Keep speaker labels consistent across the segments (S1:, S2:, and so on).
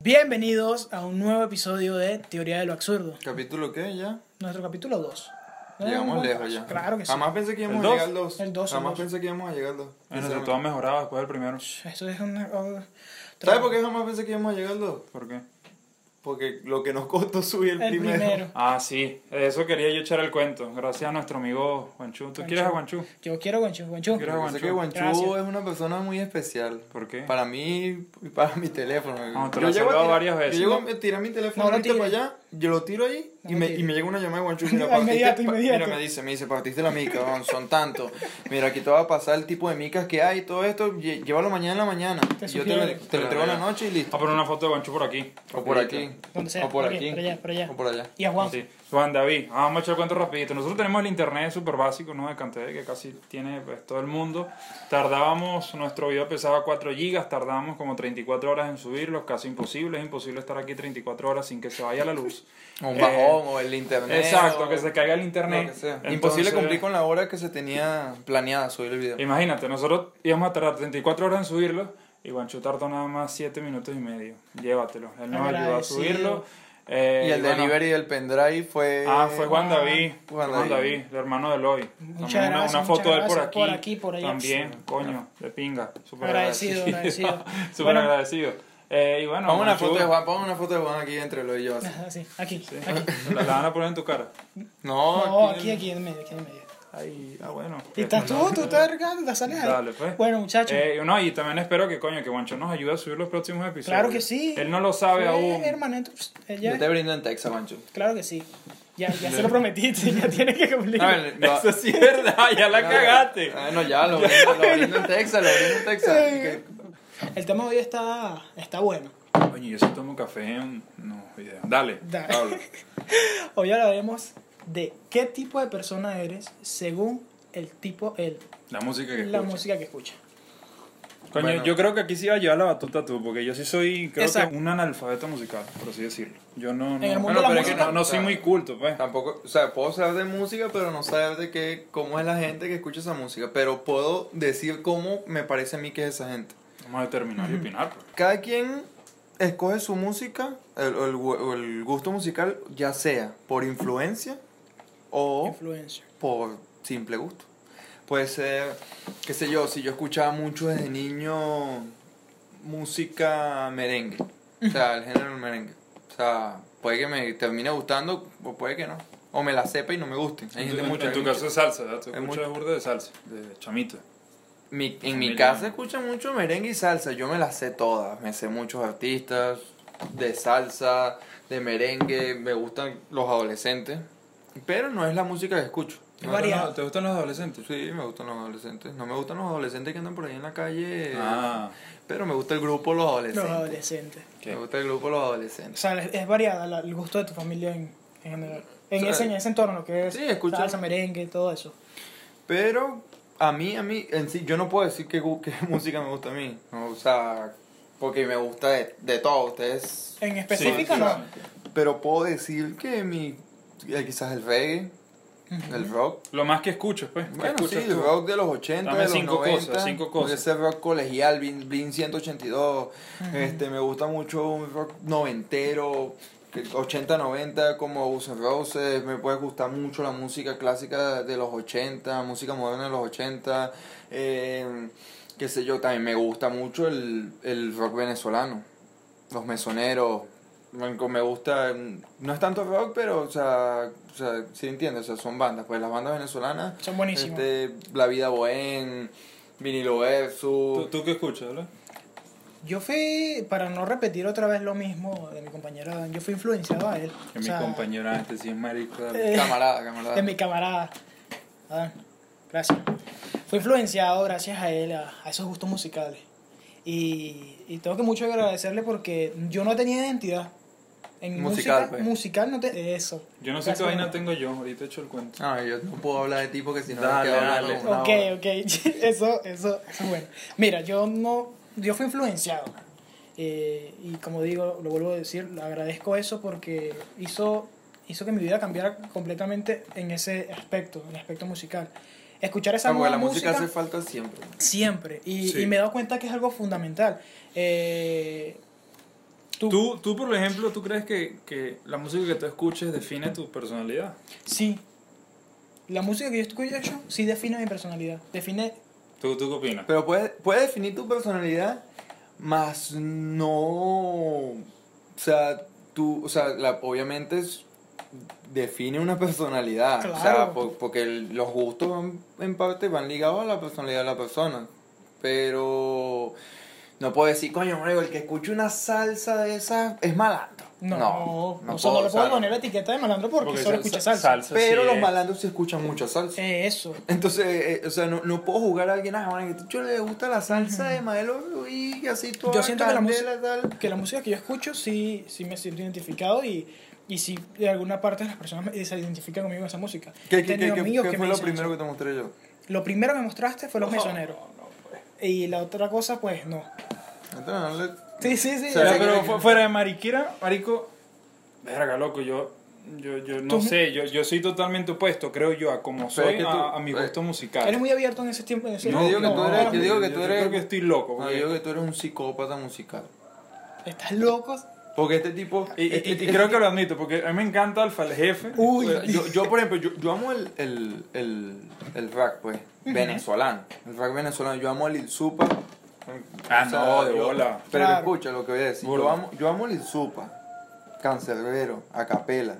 S1: Bienvenidos a un nuevo episodio de Teoría de lo Absurdo,
S2: ¿Capítulo qué ya?
S1: nuestro capítulo 2.
S2: Llegamos lejos ya.
S1: Ah, Claro que sí.
S2: Jamás pensé que íbamos
S3: El
S2: a
S3: dos. Ah,
S2: llegar al 2.
S1: El dos, el
S2: Jamás
S1: dos.
S2: pensé que íbamos a llegar al 2.
S3: Bueno, sobre todo ha mejorado después del primero.
S1: Esto es una. oh,
S2: ¿Sabes por qué jamás pensé que íbamos a llegar al 2?
S3: ¿Por qué?
S2: Porque lo que nos costó subir el,
S1: El primero.
S3: Ah, sí. De eso quería yo echar el cuento. Gracias a nuestro amigo Guanchu. ¿Tú quieres a Guanchu?
S1: Yo quiero Guanchu. Guanchu.
S3: Quiero-
S2: Yo sé que Guanchu
S1: Gracias.
S2: es una persona muy especial.
S3: ¿Por qué?
S2: Para mí y para mi teléfono.
S3: No, te lo has
S2: llego a
S3: salvado
S2: tirar-
S3: varias veces.
S2: Yo llego a tirar mi teléfono
S1: No lo
S2: ahorita para
S1: tires.
S2: allá, yo lo tiro ahí
S1: No
S2: y,
S1: lo
S2: me,
S1: tires.
S2: y me llega una llamada de Guanchu. Mira,
S1: Ah,
S2: partiste-
S1: inmediato,
S2: pa-
S1: inmediato.
S2: Mira, me dice, me dice, partiste la mica, weón, son tantos. Mira, aquí te va a pasar el tipo de micas que hay, todo esto. lle- Llévalo mañana en la mañana.
S1: Te
S2: yo te,
S1: sugiero.
S2: lo- te lo traigo en la noche y listo.
S3: Voy a poner Ah, una foto de Guanchu por aquí.
S2: O por aquí.
S1: Donde sea,
S2: O por
S1: por aquí,
S2: aquí.
S1: por allá, por allá.
S2: O por allá.
S1: Y a Juan.
S3: Sí. Juan David, ah, vamos a echar el cuento rapidito. Nosotros tenemos el internet súper básico, ¿no? De Cantedec, que casi tiene pues, todo el mundo. Tardábamos, nuestro video pesaba 4 gigas, tardábamos como 34 horas en subirlo, casi imposible. Es imposible estar aquí 34 horas sin que se vaya la luz.
S2: O un
S3: Eh,
S2: bajón, o el internet.
S3: Exacto,
S2: o-
S3: que se caiga el internet.
S2: lo que sea.
S3: Entonces-
S2: Imposible cumplir con la hora que se tenía planeada subir el video.
S3: Imagínate, nosotros íbamos a tardar 34 horas en subirlo y Guanchu tardó nada más 7 minutos y medio. Llévatelo. Él nos ayudó a
S1: Agradecido.
S3: subirlo. Eh,
S2: Y el
S3: bueno,
S2: delivery del pendrive fue.
S3: Ah, fue Juan David.
S2: Juan
S3: Juan,
S2: David.
S3: David. el hermano de Eloy.
S1: Muchas
S3: También una,
S1: gracias,
S3: una foto
S1: muchas
S3: de él por
S1: gracias,
S3: aquí.
S1: por aquí, por allá.
S3: También, coño, de pinga. Súper
S1: Agradecido, agradecido.
S3: Súper
S1: Bueno.
S3: agradecido. Eh, y bueno,
S2: Pon una
S3: Guanchu,
S2: foto de Juan, pon una foto de Juan aquí entre lo y yo. así.
S1: Así, Ah, aquí,
S3: sí,
S1: aquí.
S3: La, la van a poner en tu cara.
S2: No,
S1: No, aquí, aquí, en medio, aquí en medio.
S3: Ay, ah, bueno.
S1: Y estás tú, tú estás regando, estás saliendo.
S3: Dale, pues.
S1: Bueno, muchachos.
S3: Eh, no, y también espero que, coño, que Guancho nos ayude a subir los próximos episodios.
S1: Claro que sí.
S3: Él no lo sabe
S1: fue
S3: aún.
S1: hermanito, pss, ella-
S2: Yo te brindo en Texas, Mancho.
S1: eh, Claro que sí. Ya, ya se lo prometiste, ya tiene que cumplir.
S2: A ver, no-
S3: Eso sí es verdad, ya la
S2: no,
S3: cagaste.
S2: Ah, no, ya, lo brindo, lo brindo en Texas, lo brindo en Texas. Y que-
S1: El tema de hoy está, está bueno.
S3: Oye, yo sí tomo café en... No, idea. Dale,
S1: Dale.
S3: habla.
S1: Hoy hablaremos de qué tipo de persona eres según el tipo, el,
S3: La música que
S1: la
S3: escuchas.
S1: música que escuchas.
S3: Coño,
S2: Bueno.
S3: yo creo que aquí sí iba a llevar la batuta tú, porque yo sí soy, creo
S1: Exacto.
S3: que un analfabeto musical, por así decirlo. Yo no... no
S1: el mundo
S3: bueno,
S1: de la
S3: pero es que
S1: música-
S3: no, no soy muy culto, pues.
S2: Tampoco, o sea, puedo saber de música, pero no saber de qué, cómo es la gente que escucha esa música. Pero puedo decir cómo me parece a mí que es esa gente.
S3: Vamos a determinar y opinar, pues.
S2: Cada quien escoge su música, el, o el gu- o el gusto musical, ya sea por influencia o
S1: Influencer.
S2: por simple gusto. Puede ser, qué sé yo, si yo escuchaba mucho desde niño música merengue, o sea, el género del merengue. O sea, puede que me termine gustando o puede que no. O me la sepa y no me guste. Hay
S3: En,
S2: gente
S3: tu-
S2: mucha,
S3: en
S2: hay
S3: tu
S2: mucha.
S3: caso es salsa, ¿verdad? Tú
S2: Hay
S3: escuchas
S2: mucho.
S3: burda de salsa, de chamito.
S2: Mi- en mi
S3: Familia.
S2: casa escuchan mucho merengue y salsa. Yo me las sé todas. Me sé muchos artistas de salsa, de merengue. Me gustan los adolescentes. Pero no es la música que escucho.
S1: Es variado.
S3: ¿Te gustan los adolescentes?
S2: Sí, me gustan los adolescentes. No me gustan los adolescentes que andan por ahí en la calle.
S3: Ah,
S2: Pero me gusta el grupo Los
S1: Los
S2: Adolescentes.
S1: adolescentes.
S3: ¿qué?
S2: Me gusta el grupo Los
S1: O
S2: Adolescentes.
S1: sea, es, es variada la- el gusto de tu familia en, en general. En,
S2: O sea,
S1: ese, en ese entorno, que es
S2: sí, escucha-
S1: salsa, merengue, todo eso.
S2: Pero a mí, a mí, en sí, yo no puedo decir qué, gu- qué música me gusta a mí. No, o sea, porque me gusta de, de todo. Ustedes
S1: En específico,
S2: sí,
S1: no.
S2: claro. Pero puedo decir que mi. eh, quizás el reggae, el rock.
S3: Lo más que escucho, pues. ¿qué
S2: Bueno, sí,
S3: escuchas
S2: el
S3: tú?
S2: rock de los 80,
S3: Dame
S2: de los
S3: cinco
S2: 90.
S3: cosas, cinco cosas.
S2: Ese rock colegial, Blin, Blin 182. este, me gusta mucho un rock noventero, 80-90, como Guns N' Roses. Me puede gustar mucho la música clásica de los 80, música moderna de los 80. eh, qué sé yo, también me gusta mucho el, el rock venezolano. Los mesoneros. Marico, Me gusta, mm, no es tanto rock, pero, o sea, o sea sí entiendo, o sea, son bandas, pues las bandas venezolanas
S1: Son buenísimos.
S2: este, La Vida Bohem, Vinilo
S3: ¿Tú,
S2: Versus.
S3: tú qué escuchas, verdad?
S1: Yo fui, para no repetir otra vez lo mismo de mi compañero Adán, yo fui influenciado a él.
S3: Que
S1: O
S3: mi
S1: sea,
S3: compañero antes sí es marico.
S1: Eh,
S2: Camarada, camarada.
S1: de mi camarada. Adán, gracias. Fui influenciado gracias a él, a, a esos gustos musicales. Y, y tengo que mucho agradecerle porque yo no tenía identidad. En musical,
S2: Musical,
S1: música,
S2: pues.
S1: musical no te... Eso.
S3: Yo no sé qué
S1: Gracias,
S3: vaina
S1: Adán.
S3: tengo yo, ahorita he hecho el cuento.
S2: Ah, yo no puedo hablar de tipo que si no me
S3: Dale,
S2: quedo hablando
S3: dale.
S2: como una
S1: Ok,
S2: hora.
S1: ok, eso, eso, eso es bueno. Mira, yo no, yo fui influenciado. Eh, y como digo, lo vuelvo a decir, le agradezco eso porque hizo, hizo que mi vida cambiara completamente en ese aspecto, en el aspecto musical. Escuchar esa
S2: Ah, porque
S1: nueva
S2: la música
S1: música,
S2: hace falta siempre.
S1: siempre. Y,
S3: Sí.
S1: y me he dado cuenta que es algo fundamental. Eh, Tú.
S3: Tú, tú, por ejemplo, ¿tú crees que, que la música que tú escuches define tu personalidad?
S1: Sí. La música que yo escucho sí define mi personalidad. Define.
S3: ¿Tú, tú qué opinas?
S2: Pero puede, puede definir tu personalidad, más no. O sea, tú, o sea, la, obviamente es- define una personalidad. O sea,
S1: Claro.
S2: po- porque el- los gustos van- en parte van ligados a la personalidad de la persona. Pero no puedo decir, coño, marico, el que escucha una salsa de esas es malandro.
S1: No.
S2: no,
S1: o sea, no
S2: puedo,
S1: le
S2: o sea,
S1: puedo poner la etiqueta de malandro porque,
S3: Porque
S1: solo
S3: sal-
S1: escucha
S3: sal-
S1: salsa.
S2: Pero
S3: sí
S2: los
S3: es.
S2: malandros sí escuchan mucha salsa.
S1: Eh, eso.
S2: Entonces, eh, o sea, no, no puedo jugar a alguien, ah, bueno, que yo le gusta la salsa de Maelo y así todo.
S1: Yo siento que la música-
S2: tal.
S1: Que la música que yo escucho sí, sí me siento identificado y, y sí, de alguna parte las personas me- se identifican conmigo en esa música.
S2: ¿Qué,
S1: He
S2: qué, qué,
S1: tenido
S2: qué-
S1: amigos
S2: qué
S1: que me
S2: fue lo
S1: dicen
S2: primero
S1: eso.
S2: que te mostré yo?
S1: Lo primero que me mostraste fue los mesoneros.
S3: No, no, pues.
S1: Y la otra cosa, pues no.
S2: Entonces, no le-
S1: Sí, sí, sí.
S2: O sea,
S3: Ya,
S2: que-
S3: pero
S2: que-
S3: fu- fuera de mariquera, marico, verga, loco, yo, yo, yo no
S1: Tú-
S3: sé, yo, yo soy totalmente opuesto, creo yo, a como
S2: Pero
S3: soy,
S2: es que
S3: a,
S2: tú-
S3: a mi gusto musical.
S1: Eres muy abierto en ese tiempo. En ese
S2: Yo
S3: No,
S2: digo que
S3: no,
S2: tú eres-
S3: no,
S2: yo digo que
S3: yo
S2: tú eres-
S3: creo que estoy loco.
S2: No,
S3: porque-
S2: ah, yo digo que tú eres un psicópata musical.
S1: Estás locos.
S2: Porque este tipo.
S3: y, y-
S2: este-
S3: y
S2: este-
S3: creo que lo admito, porque a mí me encanta Alfa el jefe.
S1: Uy.
S3: Pero-
S2: Yo, yo, por ejemplo, yo, yo amo el, el, el, el rap, pues, venezolano. El rap venezolano. Yo amo a Lil Supa.
S3: Ah,
S2: O sea,
S3: no, de
S2: yo-
S3: bola.
S2: Pero
S1: Claro.
S2: escucha lo que voy a decir. Yo
S3: Burda.
S2: amo, yo amo Lil Supa, cancerbero, a capela.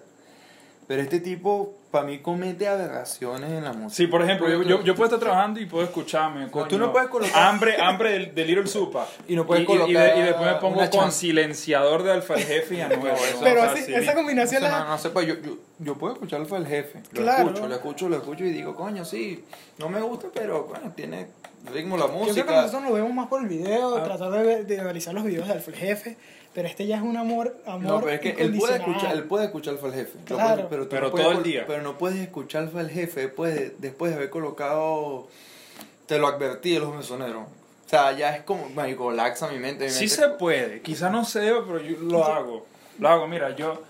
S2: Pero este tipo, para mí, comete aberraciones en la música.
S3: Sí, por ejemplo, yo,
S2: Porque
S3: yo,
S2: tú-
S3: yo puedo estar trabajando y puedo escucharme.
S2: Pero tú
S3: coño.
S2: no puedes colocar-
S3: Hambre, hambre del, del Little Supa.
S2: Y no puedes
S3: y, de-
S2: colocar
S3: y después me
S2: una
S3: pongo
S2: chamba.
S3: con silenciador de Alfa el jefe y a nuevo.
S1: Pero así- esa combinación
S2: No,
S1: la-
S2: no, no sé, pues yo, yo, yo puedo escucharlo fue el jefe. Lo
S1: Claro.
S2: escucho, lo escucho, lo escucho y digo, coño, sí, no me gusta, pero bueno, tiene ritmo la
S1: Yo creo que
S2: música. Ah.
S1: nosotros lo vemos más por el video, tratar de, ver- de analizar los videos de Alfa el Jefe, pero este ya es un amor, amor
S2: No, pero es que él puede
S1: incondicional.
S2: escuchar, él puede escuchar fue el jefe. Lo
S1: Claro.
S2: puede- tú
S3: Pero
S2: no puedes
S3: todo el
S2: col-
S3: día.
S2: Pero no puedes escuchar fue el jefe después de, después de haber colocado, te lo advertí de los mesoneros. O sea, ya es como, marico, laxa mi mente. Mi
S3: Sí
S2: mente-
S3: se puede, quizás no se deba, pero yo lo hago. Lo hago, mira, yo.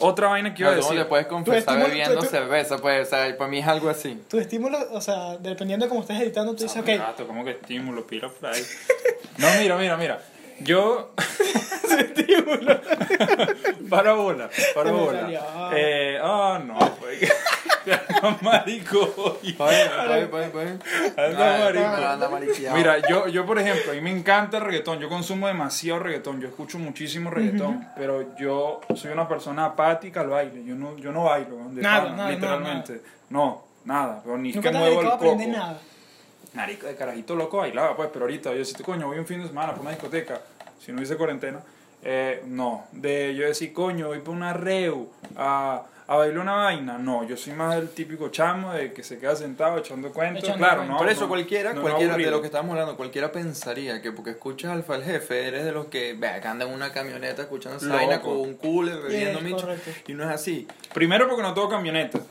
S3: Otra vaina que iba a
S2: Pero tú no
S3: decir.
S2: te puedes confesar
S1: estímulo-
S2: bebiendo
S1: tú- tú-
S2: cerveza, pues, o sea, para mí es algo así.
S1: Tu estímulo, o sea, dependiendo de cómo estés editando, tú dices,
S3: Ah,
S1: ok,
S3: gato, como que estímulo, pila por ahí. No, mira, mira, mira. Yo. estímulo. para bola, para
S1: Se me
S3: bola.
S1: salió.
S3: Eh, oh, no, pues. marico.
S2: Pa' ver, pa' ver, pa' ver, pa' ver.
S3: Anda,
S2: Ay,
S3: marico.
S2: pero anda mariqueado.
S3: Mira, yo, yo por ejemplo, a mí me encanta el reggaetón, yo consumo demasiado reggaetón, yo escucho muchísimo reggaetón, pero yo soy una persona apática al baile, yo no, yo no bailo, de
S1: Nada,
S3: pana,
S1: nada,
S3: literalmente. No, nada, pero ni es
S1: nunca
S3: que
S1: te has
S3: muevo el
S1: dedicado a
S3: coco.
S1: aprender nada.
S3: Marico, de carajito loco bailaba, pues, pero ahorita yo decía, coño, voy un fin de semana por una discoteca, si no hice cuarentena, eh, no. De yo decir, coño, voy por una reu a, a bailar una vaina, no. Yo soy más el típico chamo de que se queda sentado echando cuentos,
S1: Echando
S3: claro,
S1: cuentos.
S3: no.
S2: Por eso
S3: no,
S2: cualquiera,
S3: no, no
S2: cualquiera de
S3: aburrido.
S2: lo que estamos hablando, cualquiera pensaría que porque escuchas Alfa el Jefe, eres de los que, ve, acá anda en una camioneta escuchando esa
S3: Loco.
S2: vaina con un cooler, bebiendo
S1: Yes,
S2: micho.
S1: correcto.
S2: Y no es así.
S3: Primero porque no tengo camioneta.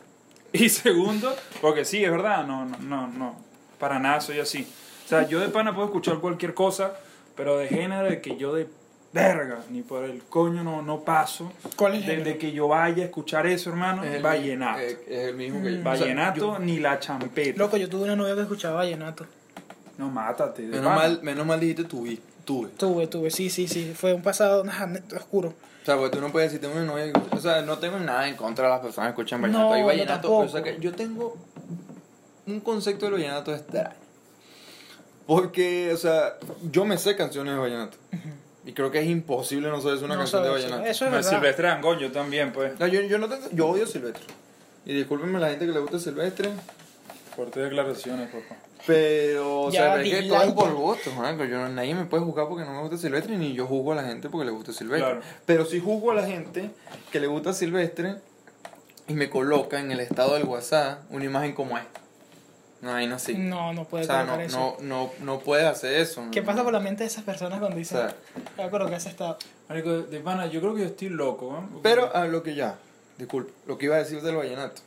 S3: Y segundo, porque sí, es verdad, no, no, no, no. Para nada soy así. O sea, yo de pana puedo escuchar cualquier cosa, pero de género de que yo de verga, ni por el coño no, no paso.
S1: ¿Cuál es el
S3: De,
S1: género?
S3: de que yo vaya a escuchar eso, hermano,
S2: Es el-
S3: vallenato.
S2: eh, Es, el mismo
S3: Mm.
S2: que yo.
S3: vallenato
S2: O sea, yo-
S3: ni la champeta.
S1: Loco, yo tuve una novia que escuchaba vallenato.
S3: No, mátate. de
S2: menos,
S3: pana.
S2: mal, menos mal dijiste tuve, tuve.
S1: Tuve, tuve, sí, sí, sí. Fue un pasado nah, ne- oscuro.
S2: O sea, porque tú no puedes decir, tengo una novia. que- O sea, no tengo nada en contra de las personas que escuchan vallenato.
S1: No,
S2: Hay
S1: yo
S2: vallenato.
S1: tampoco.
S2: o sea, que yo tengo un concepto del vallenato extraño. Porque, o sea, yo me sé canciones de vallenato. Y creo que es imposible no saberse una
S1: No
S2: canción
S1: sabes,
S2: de vallenato.
S1: Eso es
S3: No,
S1: verdad.
S3: Silvestre Angón, yo también, pues.
S2: No, yo, yo no tengo- yo odio Silvestre. Y discúlpenme a la gente que le gusta Silvestre.
S3: Fuertes declaraciones, papá.
S2: Pero, o
S1: Ya,
S2: sea, es que
S1: di
S2: todo es
S1: like.
S2: por gustos, marico. Yo, no- nadie me puede juzgar porque no me gusta Silvestre, ni yo juzgo a la gente porque le gusta Silvestre.
S3: Claro.
S2: Pero sí juzgo a la gente que le gusta Silvestre y me coloca en el estado del WhatsApp una imagen como esta. No, ahí no sí.
S1: No, no
S2: o
S1: puede
S2: sea,
S1: colocar
S2: no,
S1: eso.
S2: no, no, no puedes hacer eso.
S1: ¿Qué
S2: no.
S1: pasa por la mente de esas personas cuando dicen,
S2: O sea.
S1: voy a colocar ese estado?
S3: Marico, de- de pana, yo creo que yo estoy loco, ¿eh?
S2: Pero a lo que ya, disculpa, lo que iba a decir del vallenato.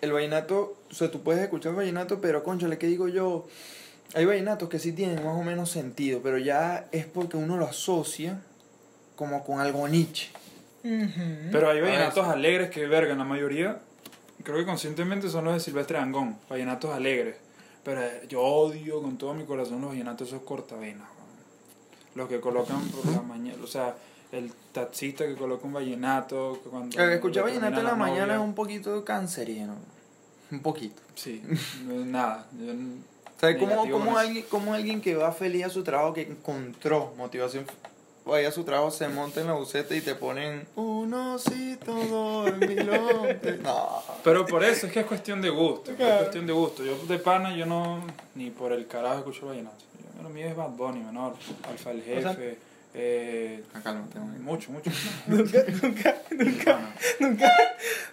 S2: El vallenato, o sea, tú puedes escuchar vallenato, pero conchale, ¿qué digo yo? Hay vallenatos que sí tienen más o menos sentido, pero ya es porque uno lo asocia como con algo niche.
S1: Ujú.
S3: Pero hay
S2: Ah,
S3: vallenatos alegres que, verga, en la mayoría, creo que conscientemente son los de Silvestre Angón, vallenatos alegres. Pero eh, yo odio con todo mi corazón los vallenatos esos cortavenas, weón. los que colocan por la mañana, o sea, el taxista que coloca un vallenato. que cuando
S2: El Eh, escuchar
S3: le termina
S2: vallenato en la mañana es
S3: novia.
S2: un poquito cancerígeno. Un poquito.
S3: Sí, no es nada. yo n-
S2: O sea, ¿cómo,
S3: negativo con
S2: cómo
S3: eso.
S2: alguien, cómo alguien que va feliz a su trabajo, que encontró motivación vaya a su trabajo, se monta en la buceta y te ponen un osito dormilote? No.
S3: Pero por eso es que es cuestión de gusto. Es
S1: Claro.
S3: cuestión de gusto. Yo de pana, yo no. Ni por el carajo escucho vallenato. Yo, lo mío es Bad Bunny, menor. Alfa el jefe.
S1: sea-
S3: eh,
S2: Ah, cálmate, man.
S3: mucho, mucho.
S1: Nunca, nunca,
S3: Pana.
S1: nunca,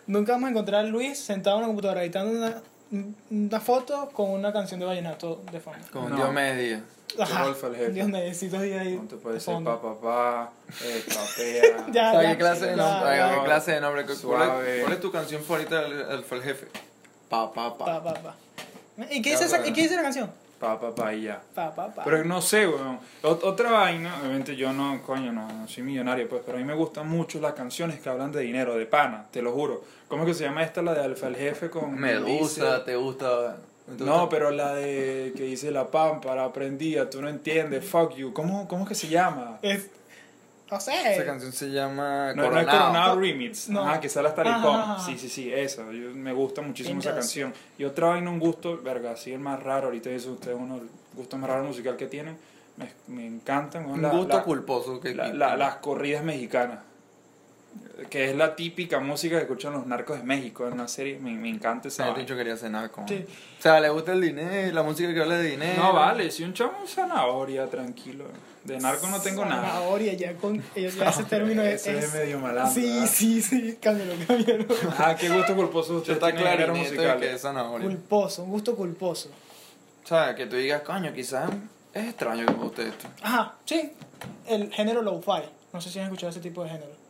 S1: nunca vamos a encontrar a Luis sentado en la computadora editando una, una foto con una canción de vallenato de fondo.
S2: Con
S3: No.
S2: Dios me diga.
S3: Qué golfa el jefe.
S1: Dios necesito días ahí.
S3: No te puede
S1: de
S3: ser
S1: fondo.
S3: pa, pa, pa, eh, papea.
S1: Ah, Ya,
S2: O sea, ¿Qué clase
S1: ya,
S2: de nombre?
S1: ya.
S2: ¿Qué clase de nombre? ¿Cuál es,
S3: Suave.
S2: cuál es tu canción favorita del Alfa el jefe? Pa, pa, pa.
S1: Pa, pa, pa. ¿Y qué
S2: Ya,
S1: dice, esa,
S2: bueno.
S1: ¿y qué dice la canción?
S3: Pa, pa, pa, y ya.
S1: Pa, pa, pa.
S3: Pero no sé, weón. Ot- otra vaina, obviamente yo no, coño, no, no soy millonario, pues, pero a mí me gustan mucho las canciones que hablan de dinero, de pana, te lo juro. ¿Cómo es que se llama esta, la de Alfa el Jefe con.
S2: Medusa,
S3: Melissa?
S2: ¿te gusta?
S3: No, pero la de que dice la pámpara, aprendía, tú no entiendes, fuck you. ¿Cómo, cómo es que se llama?
S1: Es, no
S2: Esa
S1: sé.
S2: canción se llama
S3: No, no es Coronado Remix,
S1: No.
S3: ajá, que sale hasta
S1: Ajá,
S3: Ricón.
S1: ajá, ajá.
S3: Sí, sí, sí, esa. Yo- me gusta muchísimo esa
S1: Pintazo.
S3: canción. Y otra vaina, un gusto, verga, así el más raro. Ahorita dice usted uno del gusto más raro musical que tiene. Me, me encantan. weón,
S2: Un
S3: la-
S2: gusto
S3: la-
S2: culposo. Que
S3: la- la- las corridas mexicanas. Que es la típica música que escuchan los narcos de México en la serie. Me, me encanta
S2: Se
S3: esa.
S2: ha
S3: vaina.
S2: dicho que quería cenar con.
S1: Sí.
S2: O sea, le gusta el dinero, la música que habla de dinero.
S3: No vale, si un chamo es zanahoria, tranquilo. De narco no tengo nada.
S1: Zanahoria, ya, con, ya, ya ese término es.
S3: Ese es
S1: es-
S3: medio malandro.
S1: sí,
S3: ¿verdad?
S1: sí, sí, cámbialo, cámbialo.
S3: Ah, qué gusto culposo
S2: Usted
S3: usted
S2: está
S3: tiene de géneros
S2: claro
S3: musicales.
S2: que es zanahoria.
S1: culposo, un gusto culposo.
S2: O sea, que tú digas, coño, quizás es extraño que me guste esto.
S1: Ajá, sí, el género lo-fi. No sé si han escuchado ese tipo de género.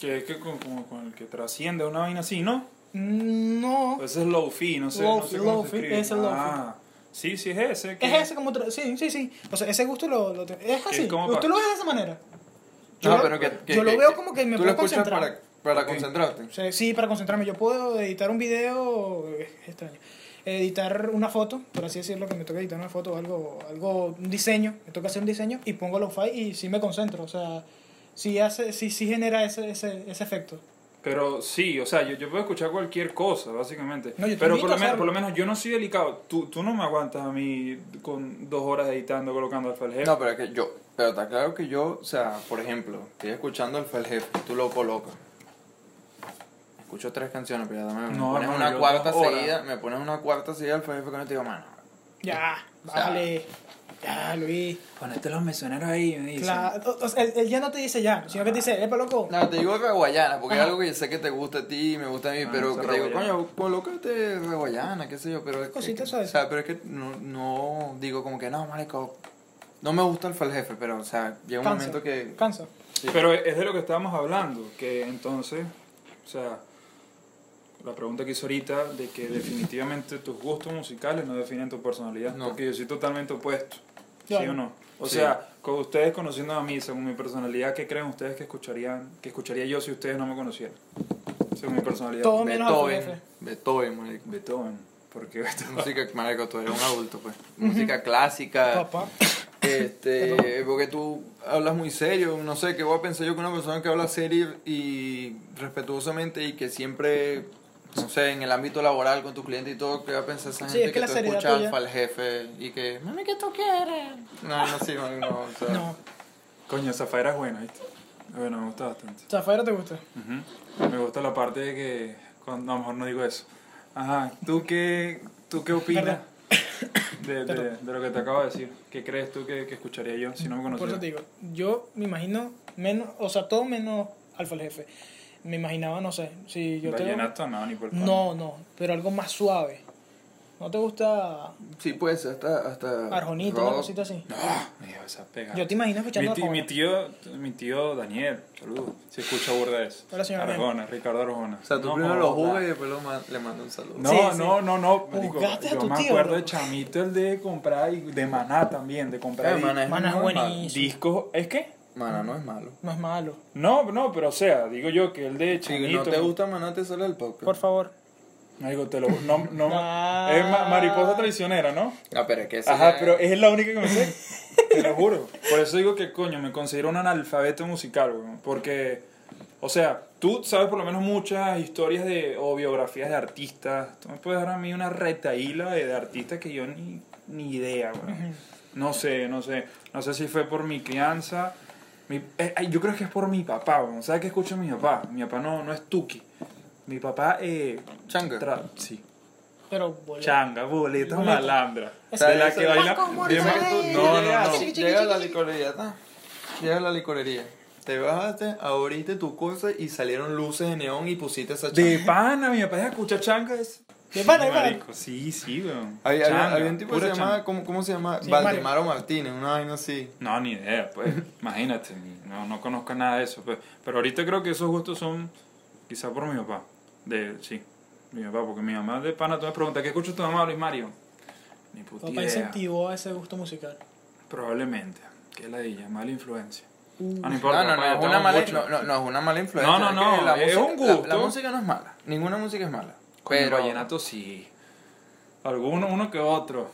S3: Que es que con, como con el que trasciende una vaina así, ¿no?
S1: No.
S3: O Ese es Lofi, no sé, no
S1: Lo-fi,
S3: sé cómo
S1: lo-fi,
S3: se escribe.
S1: ese es lo-fi.
S3: Ah, sí, sí, es ese. que-
S1: Es ese como... tra- Sí, sí, sí. O sea, ese gusto lo... lo te- es así.
S3: como
S1: Usted
S3: pa-
S1: lo ve de esa manera. Yo
S2: No,
S1: lo-
S2: pero que, que-
S1: yo lo
S2: que-
S1: veo como que me
S2: tú
S1: puedo
S2: lo escuchas
S1: concentrar.
S2: para, para
S3: Ok.
S2: concentrarte.
S1: O sea, sí, para concentrarme. Yo puedo editar un video... Es extraño. Editar una foto, por así decirlo, que me toca editar una foto o algo, algo, un diseño, me toca hacer un diseño y pongo lo-fi y sí me concentro, o sea, sí, hace, sí, sí genera ese, ese, ese efecto.
S3: Pero sí, o sea, yo, yo puedo escuchar cualquier cosa, básicamente.
S1: No, yo te
S3: pero
S1: invito
S3: por
S1: a
S3: lo, menos,
S1: hacerlo.
S3: por lo menos yo no soy delicado. Tú, tú no me aguantas a mí con dos horas editando, colocando al faljefe.
S2: No, pero es que yo, pero está claro que yo, o sea, por ejemplo, estoy escuchando el Fel Jefe, tú lo colocas. Escucho tres canciones, pero ya dame me
S3: No,
S2: pones
S3: no,
S2: una
S3: yo
S2: cuarta
S3: dos horas.
S2: seguida, me pones una cuarta seguida al Fel Jefe con y te digo, mano,
S1: Ya,
S2: O sea-
S1: vale. Ya, Luis.
S3: Ponete los mesoneros ahí, me dicen.
S1: Claro, o- o sea, él, él ya no te dice ya, sino que te dice, epa, loco.
S2: No, te digo reguayana, porque es
S1: Ajá.
S2: algo que yo sé que te gusta a ti, me gusta a mí,
S3: Ah,
S2: pero
S3: esa
S2: te digo,
S3: reguayana.
S2: coño, colócate reguayana, qué sé yo, pero es que-
S1: Cositas
S2: que-
S1: suaves.
S2: O sea, pero es que no, no digo como que no, marico, no me gusta el faljefe, pero o sea, llega un
S1: Cansa.
S2: momento que
S1: Cansa.
S3: Pero es de lo que estábamos hablando, que entonces, o sea, la pregunta que hice ahorita de que definitivamente tus gustos musicales no definen tu personalidad,
S2: No.
S3: porque yo soy totalmente opuesto, ¿sí
S1: Claro.
S3: o no? O
S2: Sí.
S3: sea, con ustedes conociendo a mí, según mi personalidad, ¿qué creen ustedes que escucharían, que escucharía yo si ustedes no me conocieran? Según mi personalidad.
S1: Todo menos al
S2: Beethoven,
S1: jefe.
S2: Beethoven, marico.
S3: Beethoven, porque Beethoven-
S2: Música, marico, tú eres un adulto, pues. Música clásica,
S1: Papá.
S2: este, porque tú hablas muy serio, no sé, qué voy a pensar yo que una persona que habla serio y respetuosamente y que siempre, no sé, en el ámbito laboral con tus clientes y todo, que va a pensar esa
S1: Sí,
S2: gente
S1: es que la
S2: tú
S1: seriedad
S2: escuchas
S1: tuya-
S2: alfa al jefe y que, mami, ¿qué tú quieres? No, no, sí, mami, no, o sea,
S1: No,
S3: Coño, Zafaira es buena, ¿viste? Bueno, me gusta bastante.
S1: Zafaira te gusta.
S3: Ujú. Me gusta la parte de que cuando a lo mejor no digo eso. Ajá, ¿tú qué, tú qué opinas de, de, de lo que te acabo de decir? ¿Qué crees tú que, que escucharía yo si no me
S1: Por eso te
S3: conociera?
S1: digo, yo me imagino menos, o sea, todo menos alfa al jefe. Me imaginaba, no sé, si yo te.
S3: ¿Vallenato? No, ni por coño.
S1: No, no, pero algo más suave. ¿No te gusta
S2: sí, pues, hasta, hasta
S1: Arjonito, una
S2: rock.
S1: cosita así?
S3: No, me dio esa pega.
S1: Yo te imagino
S3: mi,
S1: escuchando
S3: tío, mi,
S1: Arjona.
S3: tío, mi tío Daniel, saludos, se escucha burda eso.
S1: Hola, señor Daniel.
S3: Arjona, Ricardo Arjona.
S2: O sea, tú
S3: No
S2: primero lo
S3: joda.
S2: jugas y después lo ma- le mando un saludo.
S3: No,
S1: Sí, sí.
S3: no, no, no, marico,
S1: Juzgaste a
S3: yo
S1: tu
S3: me
S1: tío,
S3: acuerdo de
S1: bro.
S3: Chamito el de comprar y de Maná también, de comprar
S2: Eh, Maná es
S1: Maná es
S2: muy malo.
S1: buenísimo.
S3: discos, ¿es que?
S2: Maná no es malo.
S1: No es malo.
S3: No, no, pero o sea, digo yo que el de
S2: Si
S3: Chamito.
S2: no te gusta Maná, te sale el podcast.
S1: Por favor.
S3: Marico, te lo. No, no,
S1: Ah.
S3: Es ma- mariposa traicionera, ¿no?
S2: Ah, pero es que ese
S3: Ajá,
S2: ya-
S3: pero es la única que me sé. Te lo juro. Por eso digo que, coño, me considero un analfabeto musical, weón. Porque, o sea, tú sabes por lo menos muchas historias de, o biografías de artistas. Tú me puedes dar a mí una retaíla de, de artistas que yo ni, ni idea, weón. No sé, no sé. No sé si fue por mi crianza. mi- eh, ay, yo creo que es por mi papá, weón. ¿Sabes qué escucha mi papá? Mi papá no, no es tuki. Mi papá, eh.
S2: Changa.
S3: tra- sí.
S1: Pero, boludo.
S3: Changa, boleta,
S1: Boleta.
S3: malandra.
S2: O sea,
S3: De la
S2: eso-
S3: que baila.
S1: Paco Morales.
S3: Dime que tú- No, no, no.
S1: chiqui,
S2: Llega
S1: chiqui,
S2: la
S1: chiqui.
S2: licorería, ta. Llega la licorería. Te bajaste, abriste tu cosa y salieron luces de neón y pusiste esa
S3: De
S2: changa.
S3: pana, mi papá escucha changa es.
S1: De pana, de pana.
S3: Marico, Sí, sí, weón.
S2: Había, había-
S3: Changa,
S2: había un tipo que se
S3: pura
S2: llamaba,
S3: changa.
S2: ¿cómo, cómo se llama?
S1: Sí,
S2: Valdemaro Martínez, una vaina así.
S3: No, ni idea, pues. Imagínate, ni- no, no conozco nada de eso. Pues. Pero ahorita creo que esos gustos son quizá por mi papá. De, sí, mi papá, porque mi mamá de pana, tú me preguntas, ¿qué escucha tu mamá, Luis Mario? Ni puta
S1: Papá
S3: idea.
S1: incentivó ese gusto musical.
S3: Probablemente. ¿Qué es la ella? Mala influencia.
S1: Uh.
S3: Ah, no importa. papá, yo te amo mucho.
S2: no, no es una mala
S3: influencia, No, no, es que no, la es música- un gusto. la- la música
S2: no es mala. Ninguna música es mala.
S3: Coño, vallenato sí. Alguno, uno que otro.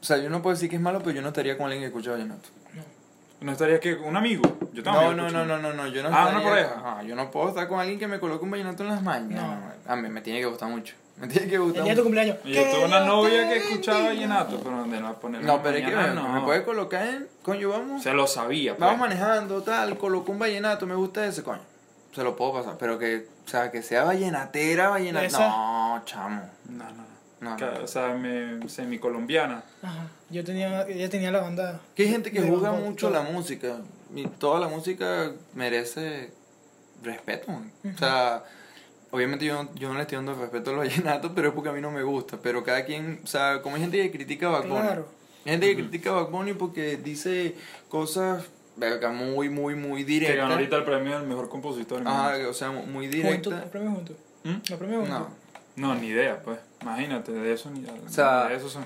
S2: O sea, yo no puedo decir que es malo, pero yo no estaría con alguien que escucha vallenato.
S3: ¿No estaría que un amigo? Yo
S2: No,
S3: también.
S2: no, no, no, no, no, yo no
S3: Ah,
S2: estaría-
S3: una pareja.
S2: Ajá, yo no puedo estar con alguien que me coloque un vallenato en las mañas.
S1: No.
S2: A mí me tiene que gustar mucho. Me tiene que
S1: El
S2: gustar
S1: día de tu
S2: mucho.
S1: cumpleaños.
S3: Y yo tuve una novia que escuchaba vallenato, pero donde la poner
S2: No, pero es que
S3: mañana,
S2: me,
S3: no.
S2: me puede colocar en... Coño, vamos.
S3: Se lo sabía. pues.
S2: vamos manejando, tal, colocó un vallenato, me gusta ese, coño. Se lo puedo pasar, pero que, o sea, que sea vallenatera, vallenatera.
S1: ¿Esa?
S2: No, chamo.
S3: No, no,
S2: No,
S3: no.
S2: no.
S3: Ca- O sea, me, semicolombiana.
S1: Ajá. Yo tenía, yo tenía la banda.
S2: Que hay gente que
S1: de
S2: juzga
S1: Bangkok,
S2: mucho
S1: todo.
S2: la música. Y toda la música merece respeto. man. O sea, obviamente yo, no- yo no le estoy dando respeto al vallenato, pero es porque a mí no me gusta. Pero cada quien, o sea, como hay gente que critica a Bad Bunny.
S1: Claro.
S2: Hay gente que critica a Bad Bunny porque dice cosas verga, muy, muy, muy
S3: Que ganó ahorita
S2: directas.
S3: el premio del mejor compositor.
S2: Ajá, o sea, muy
S1: Juventud, los
S2: directas.
S1: premios juntos.
S3: ¿Mm?
S1: Los premios juntos.
S2: No.
S3: No, ni idea, pues. Imagínate, de eso ni,
S2: sea,
S3: de eso son.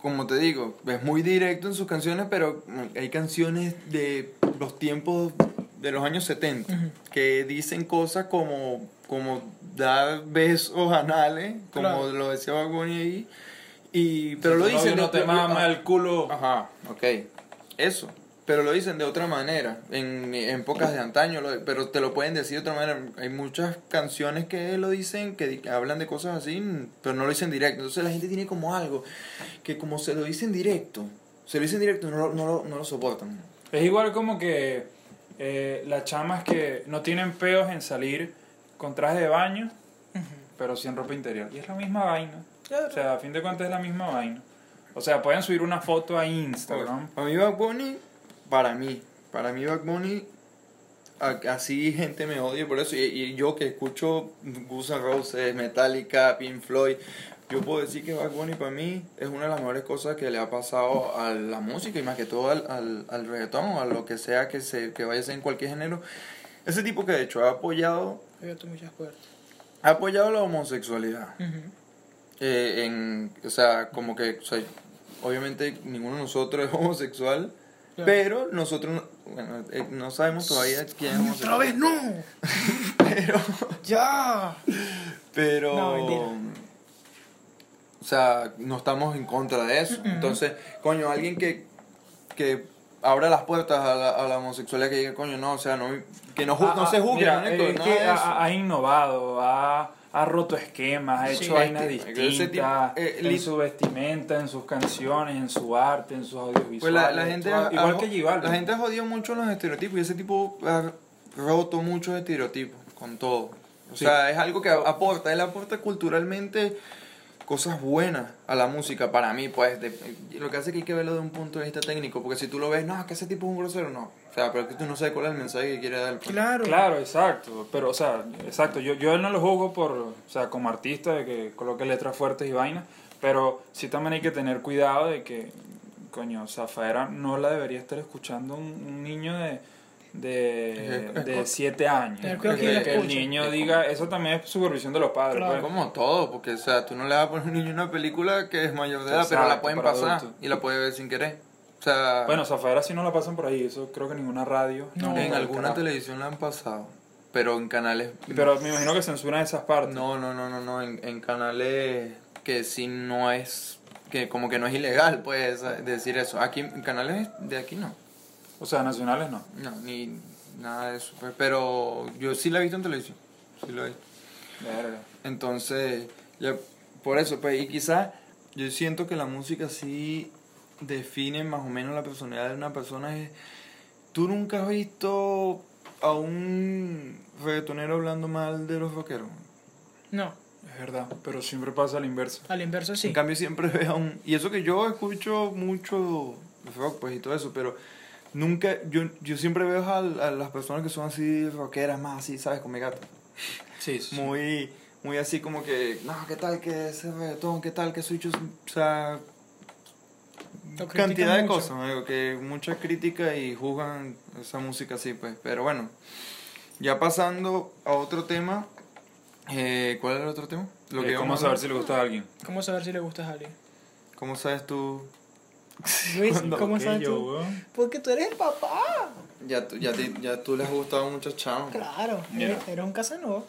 S2: como te digo, es muy directo en sus canciones, pero mm, hay canciones de los tiempos de los años 70
S1: Ujú.
S2: que dicen cosas como, como dar besos anales, como
S1: Claro.
S2: lo decía Bagoni ahí, y, pero lo
S3: Si tu
S2: dicen... ah,
S3: novio No
S2: de-
S3: te
S2: lo- lo-
S3: mama el culo.
S2: Ajá, ok, eso. Pero lo dicen de otra manera, en en épocas de antaño, lo- pero te lo pueden decir de otra manera. Hay muchas canciones que lo dicen, que di- hablan de cosas así, pero no lo dicen directo. Entonces la gente tiene como algo, que como se lo dicen directo, se lo dicen directo, no lo, no lo, no lo soportan.
S3: Es igual como que eh, las chamas que no tienen peos en salir con traje de baño, pero sin ropa interior. Y es la misma vaina. O sea, a fin de cuentas es la misma vaina. O sea, pueden subir una foto a Instagram.
S2: A mí Bad Bunny, para mí, para mí Bad Bunny, a- así gente me odia por eso. Y, y yo que escucho Guns N' Roses, Metallica, Pink Floyd, yo puedo decir que Bad Bunny para mí es una de las mejores cosas que le ha pasado a la música y más que todo al, al, al reggaetón o a lo que sea que, se, que vaya a ser en cualquier género. Ese tipo que de hecho ha apoyado,
S1: Abierto muchas puertas.
S2: ha apoyado la homosexualidad.
S1: Ujú.
S2: Eh, en, o sea, como que, o sea, obviamente ninguno de nosotros es homosexual,
S1: Claro.
S2: pero nosotros, no- bueno, eh, no sabemos todavía quién es
S1: ¡Otra
S2: homosexual.
S1: vez no!
S2: Pero,
S1: ¡Ya!
S2: pero,
S1: No, mentira.
S2: o sea, no estamos en contra de eso. Entonces, coño, alguien que, que abra las puertas a la, a la homosexualidad, que diga, coño, no, o sea, no, que no, ju-
S3: Ah,
S2: no
S3: ah,
S2: se juzgue,
S3: mira,
S2: no,
S3: eh,
S2: Nico,
S3: es
S2: nada
S3: que
S2: de
S3: ha-
S2: eso.
S3: ha, ha innovado, ha, ha roto esquemas, ha
S1: Sí,
S3: hecho vainas
S2: este, marico, ese
S3: distintas
S2: tipo, eh, li-
S3: en su vestimenta, en sus canciones, en su arte, en sus audiovisuales.
S2: Pues la, la gente
S3: todo.
S2: ha-
S3: igual
S2: ha-
S3: que G Balvin.
S2: La gente ha jodido mucho los estereotipos y ese tipo ha roto muchos estereotipos con todo. O
S3: Sí.
S2: sea, es algo que a- aporta, él aporta culturalmente cosas buenas a la música para mí, pues de- lo que hace que hay que verlo de un punto de vista técnico, porque si tú lo ves, no, es que ese tipo es un grosero, no. O sea, pero es que tú no sabes cuál es el mensaje que quiere dar. pues.
S1: Claro.
S3: Claro, exacto. Pero, o sea, exacto. Yo, yo a él no lo juzgo por, o sea, como artista, de que coloque letras fuertes y vainas. Pero sí también hay que tener cuidado de que, coño, Zafaera no la debería estar escuchando un, un niño de. De,
S2: Es- es
S3: de
S2: co-
S3: siete años.
S1: Tener
S3: Que,
S1: cuidado quién la
S3: que el
S1: escucha.
S3: niño diga, eso también es supervisión de los padres.
S1: Claro.
S3: pues.
S2: Como todo, porque o sea, tú no le vas a poner a un niño una película que es mayor de edad, pero la
S3: Exacto,
S2: pueden
S3: para
S2: pasar
S3: adultos.
S2: y la puede ver sin querer. O sea,
S3: Bueno, Zafaera sí no la pasan por ahí, eso creo que ninguna radio.
S1: No.
S3: ninguna
S2: en alguna
S3: carajo.
S2: televisión la han pasado. pero en canales...
S3: Pero me imagino que censuran esas partes.
S2: No, no, no, no, no, en, en canales que sí no es, que como que no es ilegal, pues, decir eso. Aquí, en canales de aquí no,
S3: O sea, nacionales no.
S2: no, ni nada de eso. pues, Pero yo sí la he visto en televisión, sí la he visto.
S3: Verga.
S2: Entonces, ya por eso, pues, y quizá yo siento que la música sí define más o menos la personalidad de una persona. Es, Tú nunca has visto a un reggaetonero hablando mal de los rockeros.
S1: No,
S3: Es verdad, pero siempre pasa la inversa.
S1: al inverso sí.
S2: En cambio, siempre veo a un. Y eso que yo escucho mucho rock, pues, y todo eso, pero. Nunca, yo, yo siempre veo a, a las personas que son así rockeras, más así, ¿sabes? Con mi gato.
S3: Sí, sí.
S2: muy muy así como que no qué tal que ese reggaetón qué tal que switch o sea
S1: Lo critican
S2: cantidad de
S1: mucho.
S2: cosas amigo, que mucha crítica y juzgan esa música así pues pero bueno ya pasando a otro tema eh, ¿cuál era el otro tema? Lo que
S3: Eh, ¿Cómo
S2: íbamos a
S3: saber si le gusta a alguien?
S1: ¿Cómo saber si le gustas a alguien?
S2: ¿Cómo sabes tú?
S1: Luis,
S2: Cuando-
S1: ¿cómo
S3: Ok,
S1: sabes
S3: yo,
S1: tú?
S3: weón.
S1: Porque tú eres el papá.
S2: Ya, tú- ya, te- ya tú les has gustado a pues. muchos chavos.
S1: Claro,
S3: Mira.
S1: eres, eres un casanova.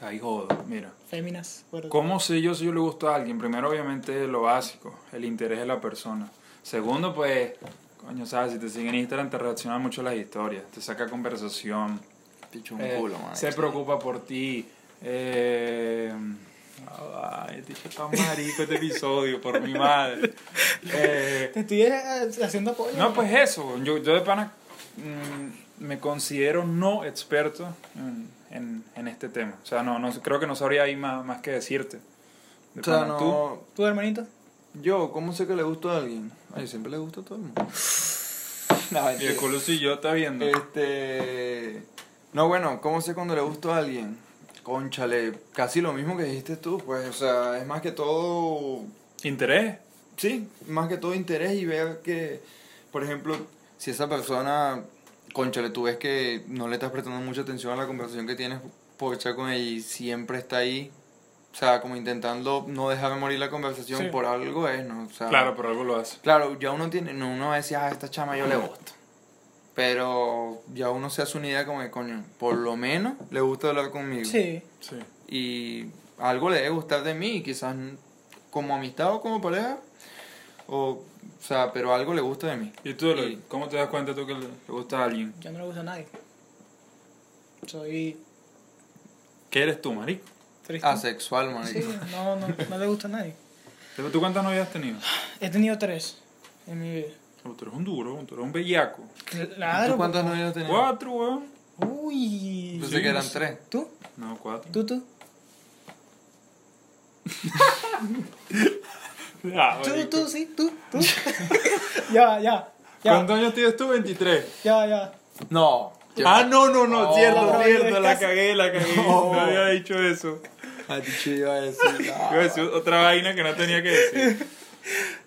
S3: Ahí jodo, mira.
S1: Féminas. por-
S3: ¿Cómo sé yo si yo le gusto a alguien? Primero, obviamente, lo básico, el interés de la persona. Segundo, pues, coño, sabes, si te siguen en Instagram te reaccionan mucho las historias, te saca conversación,
S2: Picho un
S3: eh,
S2: culo, man.
S3: se preocupa por ti. eh, ay, este bicho está marico este episodio, por mi madre. Eh,
S1: Te estoy eh, haciendo apoyo.
S3: no, pues eso. Yo, yo de pana mm, me considero no experto en, en- en este tema. O sea, no, no creo que no sabría ahí más, más que decirte. De
S2: O sea,
S3: pana, ¿tú?
S2: no...
S1: ¿Tu hermanito?
S2: Yo, ¿cómo sé que le gusta a alguien? Ay, siempre le gusta a todo el mundo. No,
S3: Y el
S2: mentira.
S3: culo sí yo está viendo.
S2: Este. No, bueno, ¿cómo sé cuando le gustó a alguien? Conchale, casi lo mismo que dijiste tú, pues, o sea, es más que todo.
S3: ¿Interés?
S2: Sí, más que todo interés y ver que, por ejemplo, si esa persona, conchale, tú ves que no le estás prestando mucha atención a la conversación que tienes por echar con ella y siempre está ahí, o sea, como intentando no dejar morir la conversación
S1: Sí.
S2: por algo, es, ¿no? O sea,
S3: Claro, pero algo lo hace.
S2: Claro, ya uno tiene, no, uno decía, ah, esta chama yo le gusto. Pero ya uno se hace una idea como que, coño, por lo menos le gusta hablar conmigo.
S1: Sí.
S3: Sí.
S2: Y algo le debe gustar de mí, quizás como amistad o como pareja. O, o sea, pero algo le gusta de mí.
S3: ¿Y tú, Eloy,
S2: Y-
S3: cómo te das cuenta tú que le le gusta a alguien?
S1: Yo no le gusta a nadie. Soy
S3: ¿Qué eres tú, marico?
S1: triste.
S2: Ah, Asexual,
S1: Sí,
S2: marico.
S1: no, no, no le gusta a nadie.
S3: ¿Tú tú cuántas novias has tenido?
S1: He tenido tres en mi vida.
S3: Tú eres un duro, tú eres un bellaco.
S1: Claro.
S3: pues,
S2: ¿Tú cuántas novias has tenido?
S3: ¿Cuatro, weón?
S1: Uy.
S2: Pensé que eran tres.
S1: ¿Tú?
S3: No, cuatro.
S1: ¿Tú, tú?
S3: Ah,
S1: ¿Tú,
S3: marico.
S1: tú, sí? ¿Tú? ¿Tú? ya, ya. Ya,
S3: ¿Cuántos años tienes tú? 23.
S1: ya, ya.
S2: No. Yo-
S3: Ah, no, no, no,
S2: Oh.
S3: cierto, cierto,
S1: Oye,
S3: la
S1: casi-
S3: cagué, la cagué. No,
S2: No.
S3: había dicho eso.
S2: Ah, dicho, iba a decir, ah.
S3: Iba a decir otra vaina que no tenía que decir.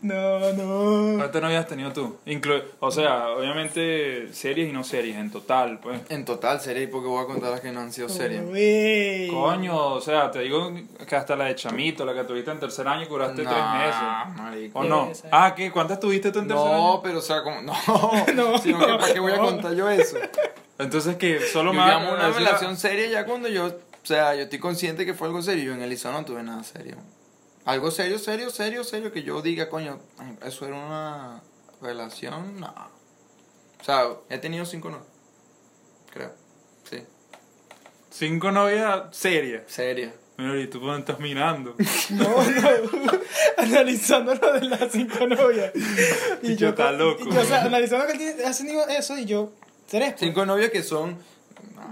S1: No, no.
S3: ¿Cuántas novias has tenido tú? Inclu- o sea, obviamente series y no series, en total, pues.
S2: En total sería, porque voy a contar las que no han sido serias.
S1: Uy.
S3: Coño, o sea, te digo que hasta la de Chamito, la que tuviste en tercer año, curaste tres
S2: Nah,
S3: meses.
S2: marico.
S3: ¿O no?
S1: Esa.
S3: Ah, ¿qué? ¿Cuántas tuviste tú en tercer
S2: No,
S3: año?
S2: pero o sea, como. No,
S1: No,
S2: sino que
S1: no,
S2: ¿para qué voy a
S1: no.
S2: contar yo eso?
S3: Entonces, que solo
S2: Yo
S3: más.
S2: llamo una
S3: decir-
S2: relación seria ya cuando yo. O sea, yo estoy consciente que fue algo serio. Yo en el Liceo no tuve nada serio. Algo serio, serio, serio, serio que yo diga, coño, eso era una relación. No. O sea, he tenido cinco no. Creo. Sí.
S3: Cinco novias serias.
S2: Seria.
S3: Mira, ¿y tú por dónde estás mirando?
S1: No, no. analizando lo de las cinco novias.
S3: Dicho, está loco.
S1: y yo, o sea, analizando que él tiene- ha tenido eso y yo, tres. pues.
S2: Cinco novias que son.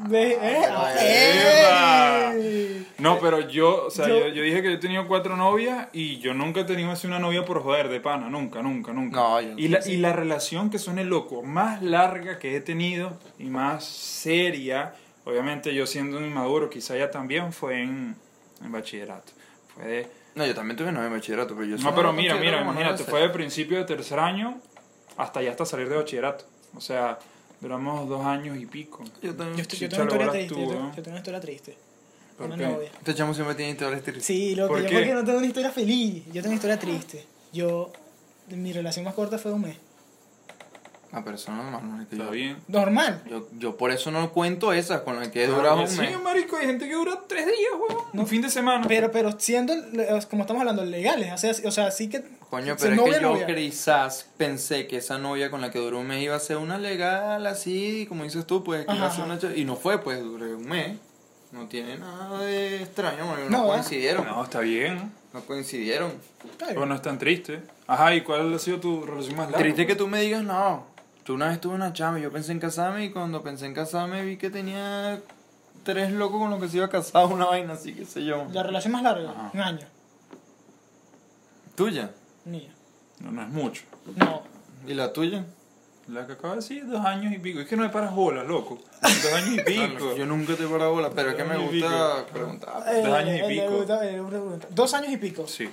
S1: Ve- eh,
S2: Ah,
S1: ah,
S3: Eva.
S1: ey.
S3: No, pero yo, o sea, yo,
S1: Yo-
S3: yo dije que yo he tenido cuatro novias y yo nunca he tenido así una novia por joder, de pana, nunca, nunca, nunca.
S2: No, yo no
S3: y, la, y la relación que suene loco, más larga que he tenido y más seria, obviamente yo siendo un inmaduro, quizá ya también fue en, en bachillerato. Fue de-
S2: No, yo también tuve novia en bachillerato, pero yo
S3: no,
S2: solo
S3: pero
S2: lo
S3: mira,
S2: considero
S3: mira,
S2: como novia
S3: imagínate,
S2: seria.
S3: fue de principio de tercer año hasta ya hasta salir de bachillerato. O sea, duramos dos años y pico.
S2: Yo también.
S1: Yo, estoy- yo
S3: Chicha,
S1: tengo una historia
S3: lo
S1: triste.
S3: hablas tú,
S1: yo, tengo,
S3: ¿no?
S1: yo tengo una historia triste.
S3: ¿Por
S1: Una
S3: qué?
S1: novia.
S2: Este chamo siempre tiene historias tristes.
S1: Sí, loco,
S3: ¿Por
S1: yo
S3: qué?
S1: porque no tengo una historia feliz. Yo tengo una historia triste. Yo, mi relación más corta fue un mes.
S2: A persona normal, Ah, no es que
S3: Está
S2: yo-
S3: bien.
S1: Normal.
S2: Yo, yo por eso no cuento esas con las que he
S3: Claro
S2: durado
S3: que
S2: un mes.
S3: Sí, marico, hay gente que dura tres días, weón. Un fin de semana.
S1: Pero, pero siendo, eh, como estamos hablando, legales. O sea, o sea sí que.
S2: Coño,
S1: si
S2: pero es
S1: novia,
S2: que yo
S1: novia.
S2: quizás pensé que esa novia con la que duró un mes iba a ser una legal, así, como dices tú, pues, que iba a
S1: Ajá,
S2: ser una...
S1: ajá.
S2: ch- Y no fue, pues, duré un mes. No tiene nada de extraño, marico, no,
S1: No, ¿eh?
S2: coincidieron.
S3: No, está bien.
S2: No coincidieron.
S1: Está bien.
S3: Pero no es tan triste. Ajá, ¿y cuál ha sido tu relación más larga?
S2: Triste que tú me digas, no. Tú una vez tuve una chama y yo pensé en casarme y cuando pensé en casarme vi que tenía tres locos con los que se iba a casar, una vaina así, qué sé yo.
S1: La relación más larga,
S3: Ajá.
S1: un año.
S2: ¿Tuya?
S1: Mía.
S3: No, no es mucho.
S1: No.
S2: ¿Y la tuya?
S3: La que acabo de decir, dos años y pico. Es que no me paras bolas, loco. Dos años y pico.
S2: Yo nunca te he parado bola, pero es que me
S3: Yo ni
S2: gusta preguntar.
S1: Eh,
S3: años y
S1: eh, le
S3: pico.
S1: gusta- eh, una pregunta. Dos años y pico.
S3: Sí.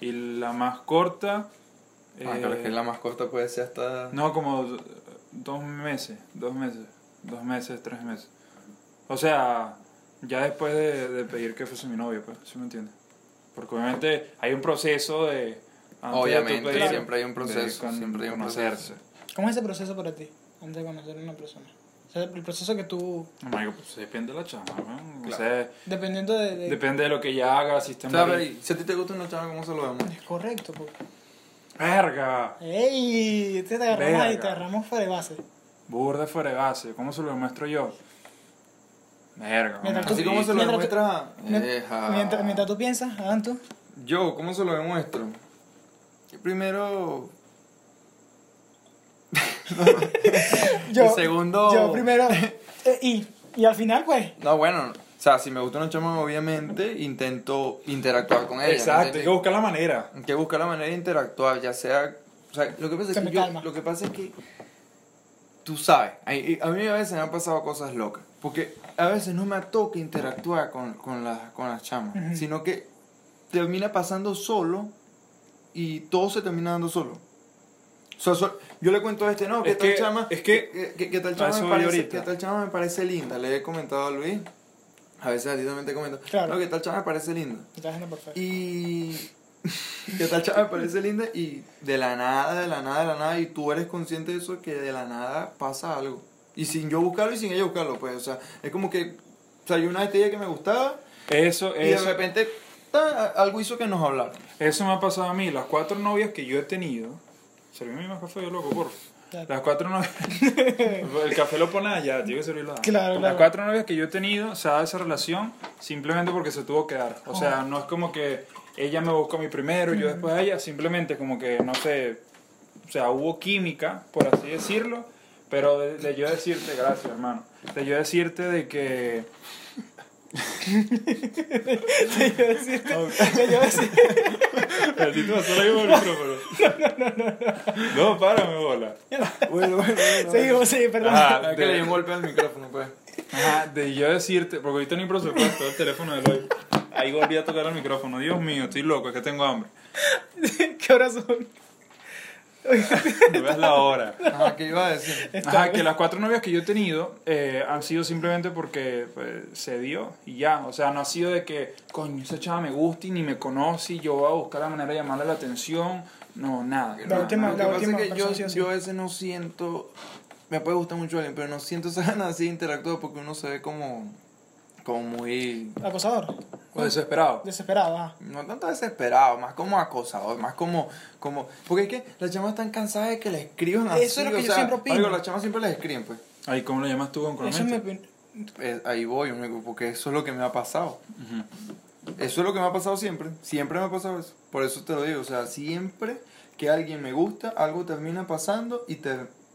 S3: Y la más corta.
S2: Ah,
S3: eh,
S2: claro, es que la más corta puede ser hasta...
S3: No, como do- dos meses, dos meses, dos meses, tres meses. O sea, ya después de, de pedir que fuese mi novio, pues, ¿sí me entiendes? Porque obviamente hay un proceso de... antes de tú
S2: Obviamente,
S3: pedir,
S2: siempre hay un
S3: de
S2: proceso,
S3: con-
S2: siempre hay un
S3: conocerse.
S1: ¿Cómo es ese proceso para ti? Antes de conocer a una persona. O sea, el proceso que tú.
S3: Marico, pues, depende de la chama, ¿no? O
S2: Claro.
S3: sea,
S1: Dependiendo de. de-
S3: depende de lo que ella haga, si está
S2: O
S3: en
S2: sea,
S3: Madrid.
S2: pero, si a ti te gusta una chava, ¿cómo se lo vemos?
S1: Es correcto, porque.
S3: ¡Verga!
S1: ¡Ey! este Te agarramos ahí,
S3: Verga.
S1: te agarramos fuera de base.
S3: Burde fuera de base, ¿cómo se lo demuestro yo? ¡Verga!
S1: Mira,
S3: vamos a
S2: Así como se lo
S1: Mientras tú-
S2: demuestra...
S1: Mien-
S2: Eja.
S1: Mientras, mientras tú piensas, Adán, tú.
S2: Yo, ¿cómo se lo demuestro? Yo primero... El segundo-
S1: Yo primero. eh, y, y al final, pues.
S2: No, bueno, o sea, si me gusta una chama, obviamente intento interactuar con ella. ¿me
S3: Exacto, hay que
S2: entiendes?
S3: buscar la manera.
S2: que busca la manera de interactuar, ya sea... O sea, lo que pasa
S1: Se
S2: es que,
S1: me
S2: yo-
S1: calma.
S2: lo que, pasa es que tú sabes, a, a mí a veces me han pasado cosas locas, porque a veces no me toca interactuar con, con, las- con las chamas,
S1: Ujú.
S2: sino que termina pasando solo y todo se termina dando solo. O sea, so- yo le cuento a este, no, ¿qué
S3: Es
S2: tal
S3: que-
S2: chama?
S3: es que-
S2: ¿Qué- qué- qué tal
S3: a
S2: chama
S3: eso
S2: me
S3: voy
S2: parece,
S3: ahorita.
S2: ¿Qué tal chama me parece linda? Le he comentado a Luis, a veces a ti también te comento,
S1: Claro.
S2: no, ¿qué tal chama me parece linda?
S1: Estás haciendo perfecto.
S2: Y. ¿Qué tal, chava? Me parece linda. Y de la nada, de la nada, de la nada. Y tú eres consciente de eso, que de la nada pasa algo. Y sin yo buscarlo y sin ella buscarlo, pues. O sea, es como que. O sea, yo una vez te dije que me gustaba.
S3: Eso,
S2: Y de
S3: eso.
S2: repente. ta, algo hizo que nos hablaron.
S3: Eso me ha pasado a mí. Las cuatro novias que yo he tenido. Servime mi más café, yo loco, por
S1: Claro.
S3: Las cuatro novias. El café lo pone allá, tiene que servirlo allá.
S1: Claro,
S3: Las
S1: claro.
S3: cuatro novias que yo he tenido, se ha dado esa relación simplemente porque se tuvo que dar. O sea,
S1: Oh.
S3: no es como que ella me buscó a mí primero y yo después a ella. Simplemente como que, no sé. O sea, hubo química, por así decirlo. Pero de, de yo decirte, gracias hermano, de yo decirte de que.
S1: Te iba a decir- te iba a decir-
S3: A ti te pasó la misma del micrófono. No, no, no. No, párame, bola.
S2: Bueno, bueno, bueno.
S1: Seguimos, sí, perdón.
S3: Ajá.
S2: Ah, que le di un golpe al micrófono, pues.
S3: Ajá, de yo decirte, porque ahorita ni presupuesto el teléfono de hoy. Ahí volví a tocar el micrófono. Dios mío, estoy loco, es que tengo hambre.
S1: ¿Qué horas son?
S3: No veas la hora.
S2: Ajá, ¿qué iba a decir?
S3: Ajá, que las cuatro novias que yo he tenido eh, han sido simplemente porque pues, se dio y ya. O sea, no ha sido de que, coño, esa chava me gusta y ni me conoce y yo voy a buscar la manera de llamarle la atención. No, nada.
S1: La
S3: nada,
S1: última-
S3: nada.
S2: Lo que pasa
S1: última
S2: es que yo,
S1: persona sí o sí.
S2: yo a veces no siento. Me puede gustar mucho alguien, pero no siento esa ganas así de interactuar porque uno se ve como. Como muy.
S1: Acosador.
S3: O desesperado.
S1: Desesperado, ajá.
S2: No tanto desesperado, más como acosador, más como, como... Porque es que las chamas están cansadas de que les escriban así.
S1: Eso es lo que
S2: o
S1: yo
S2: sea,
S1: siempre opino.
S2: marico, las chamas siempre les escriben, pues.
S3: Ahí, ¿cómo lo llamas tú con
S1: Eso me.
S2: Eh, ahí voy, amigo, porque eso es lo que me ha pasado. Eso es lo que me ha pasado siempre. Siempre me ha pasado eso. Por eso te lo digo. O sea, siempre que alguien me gusta, algo termina pasando y te,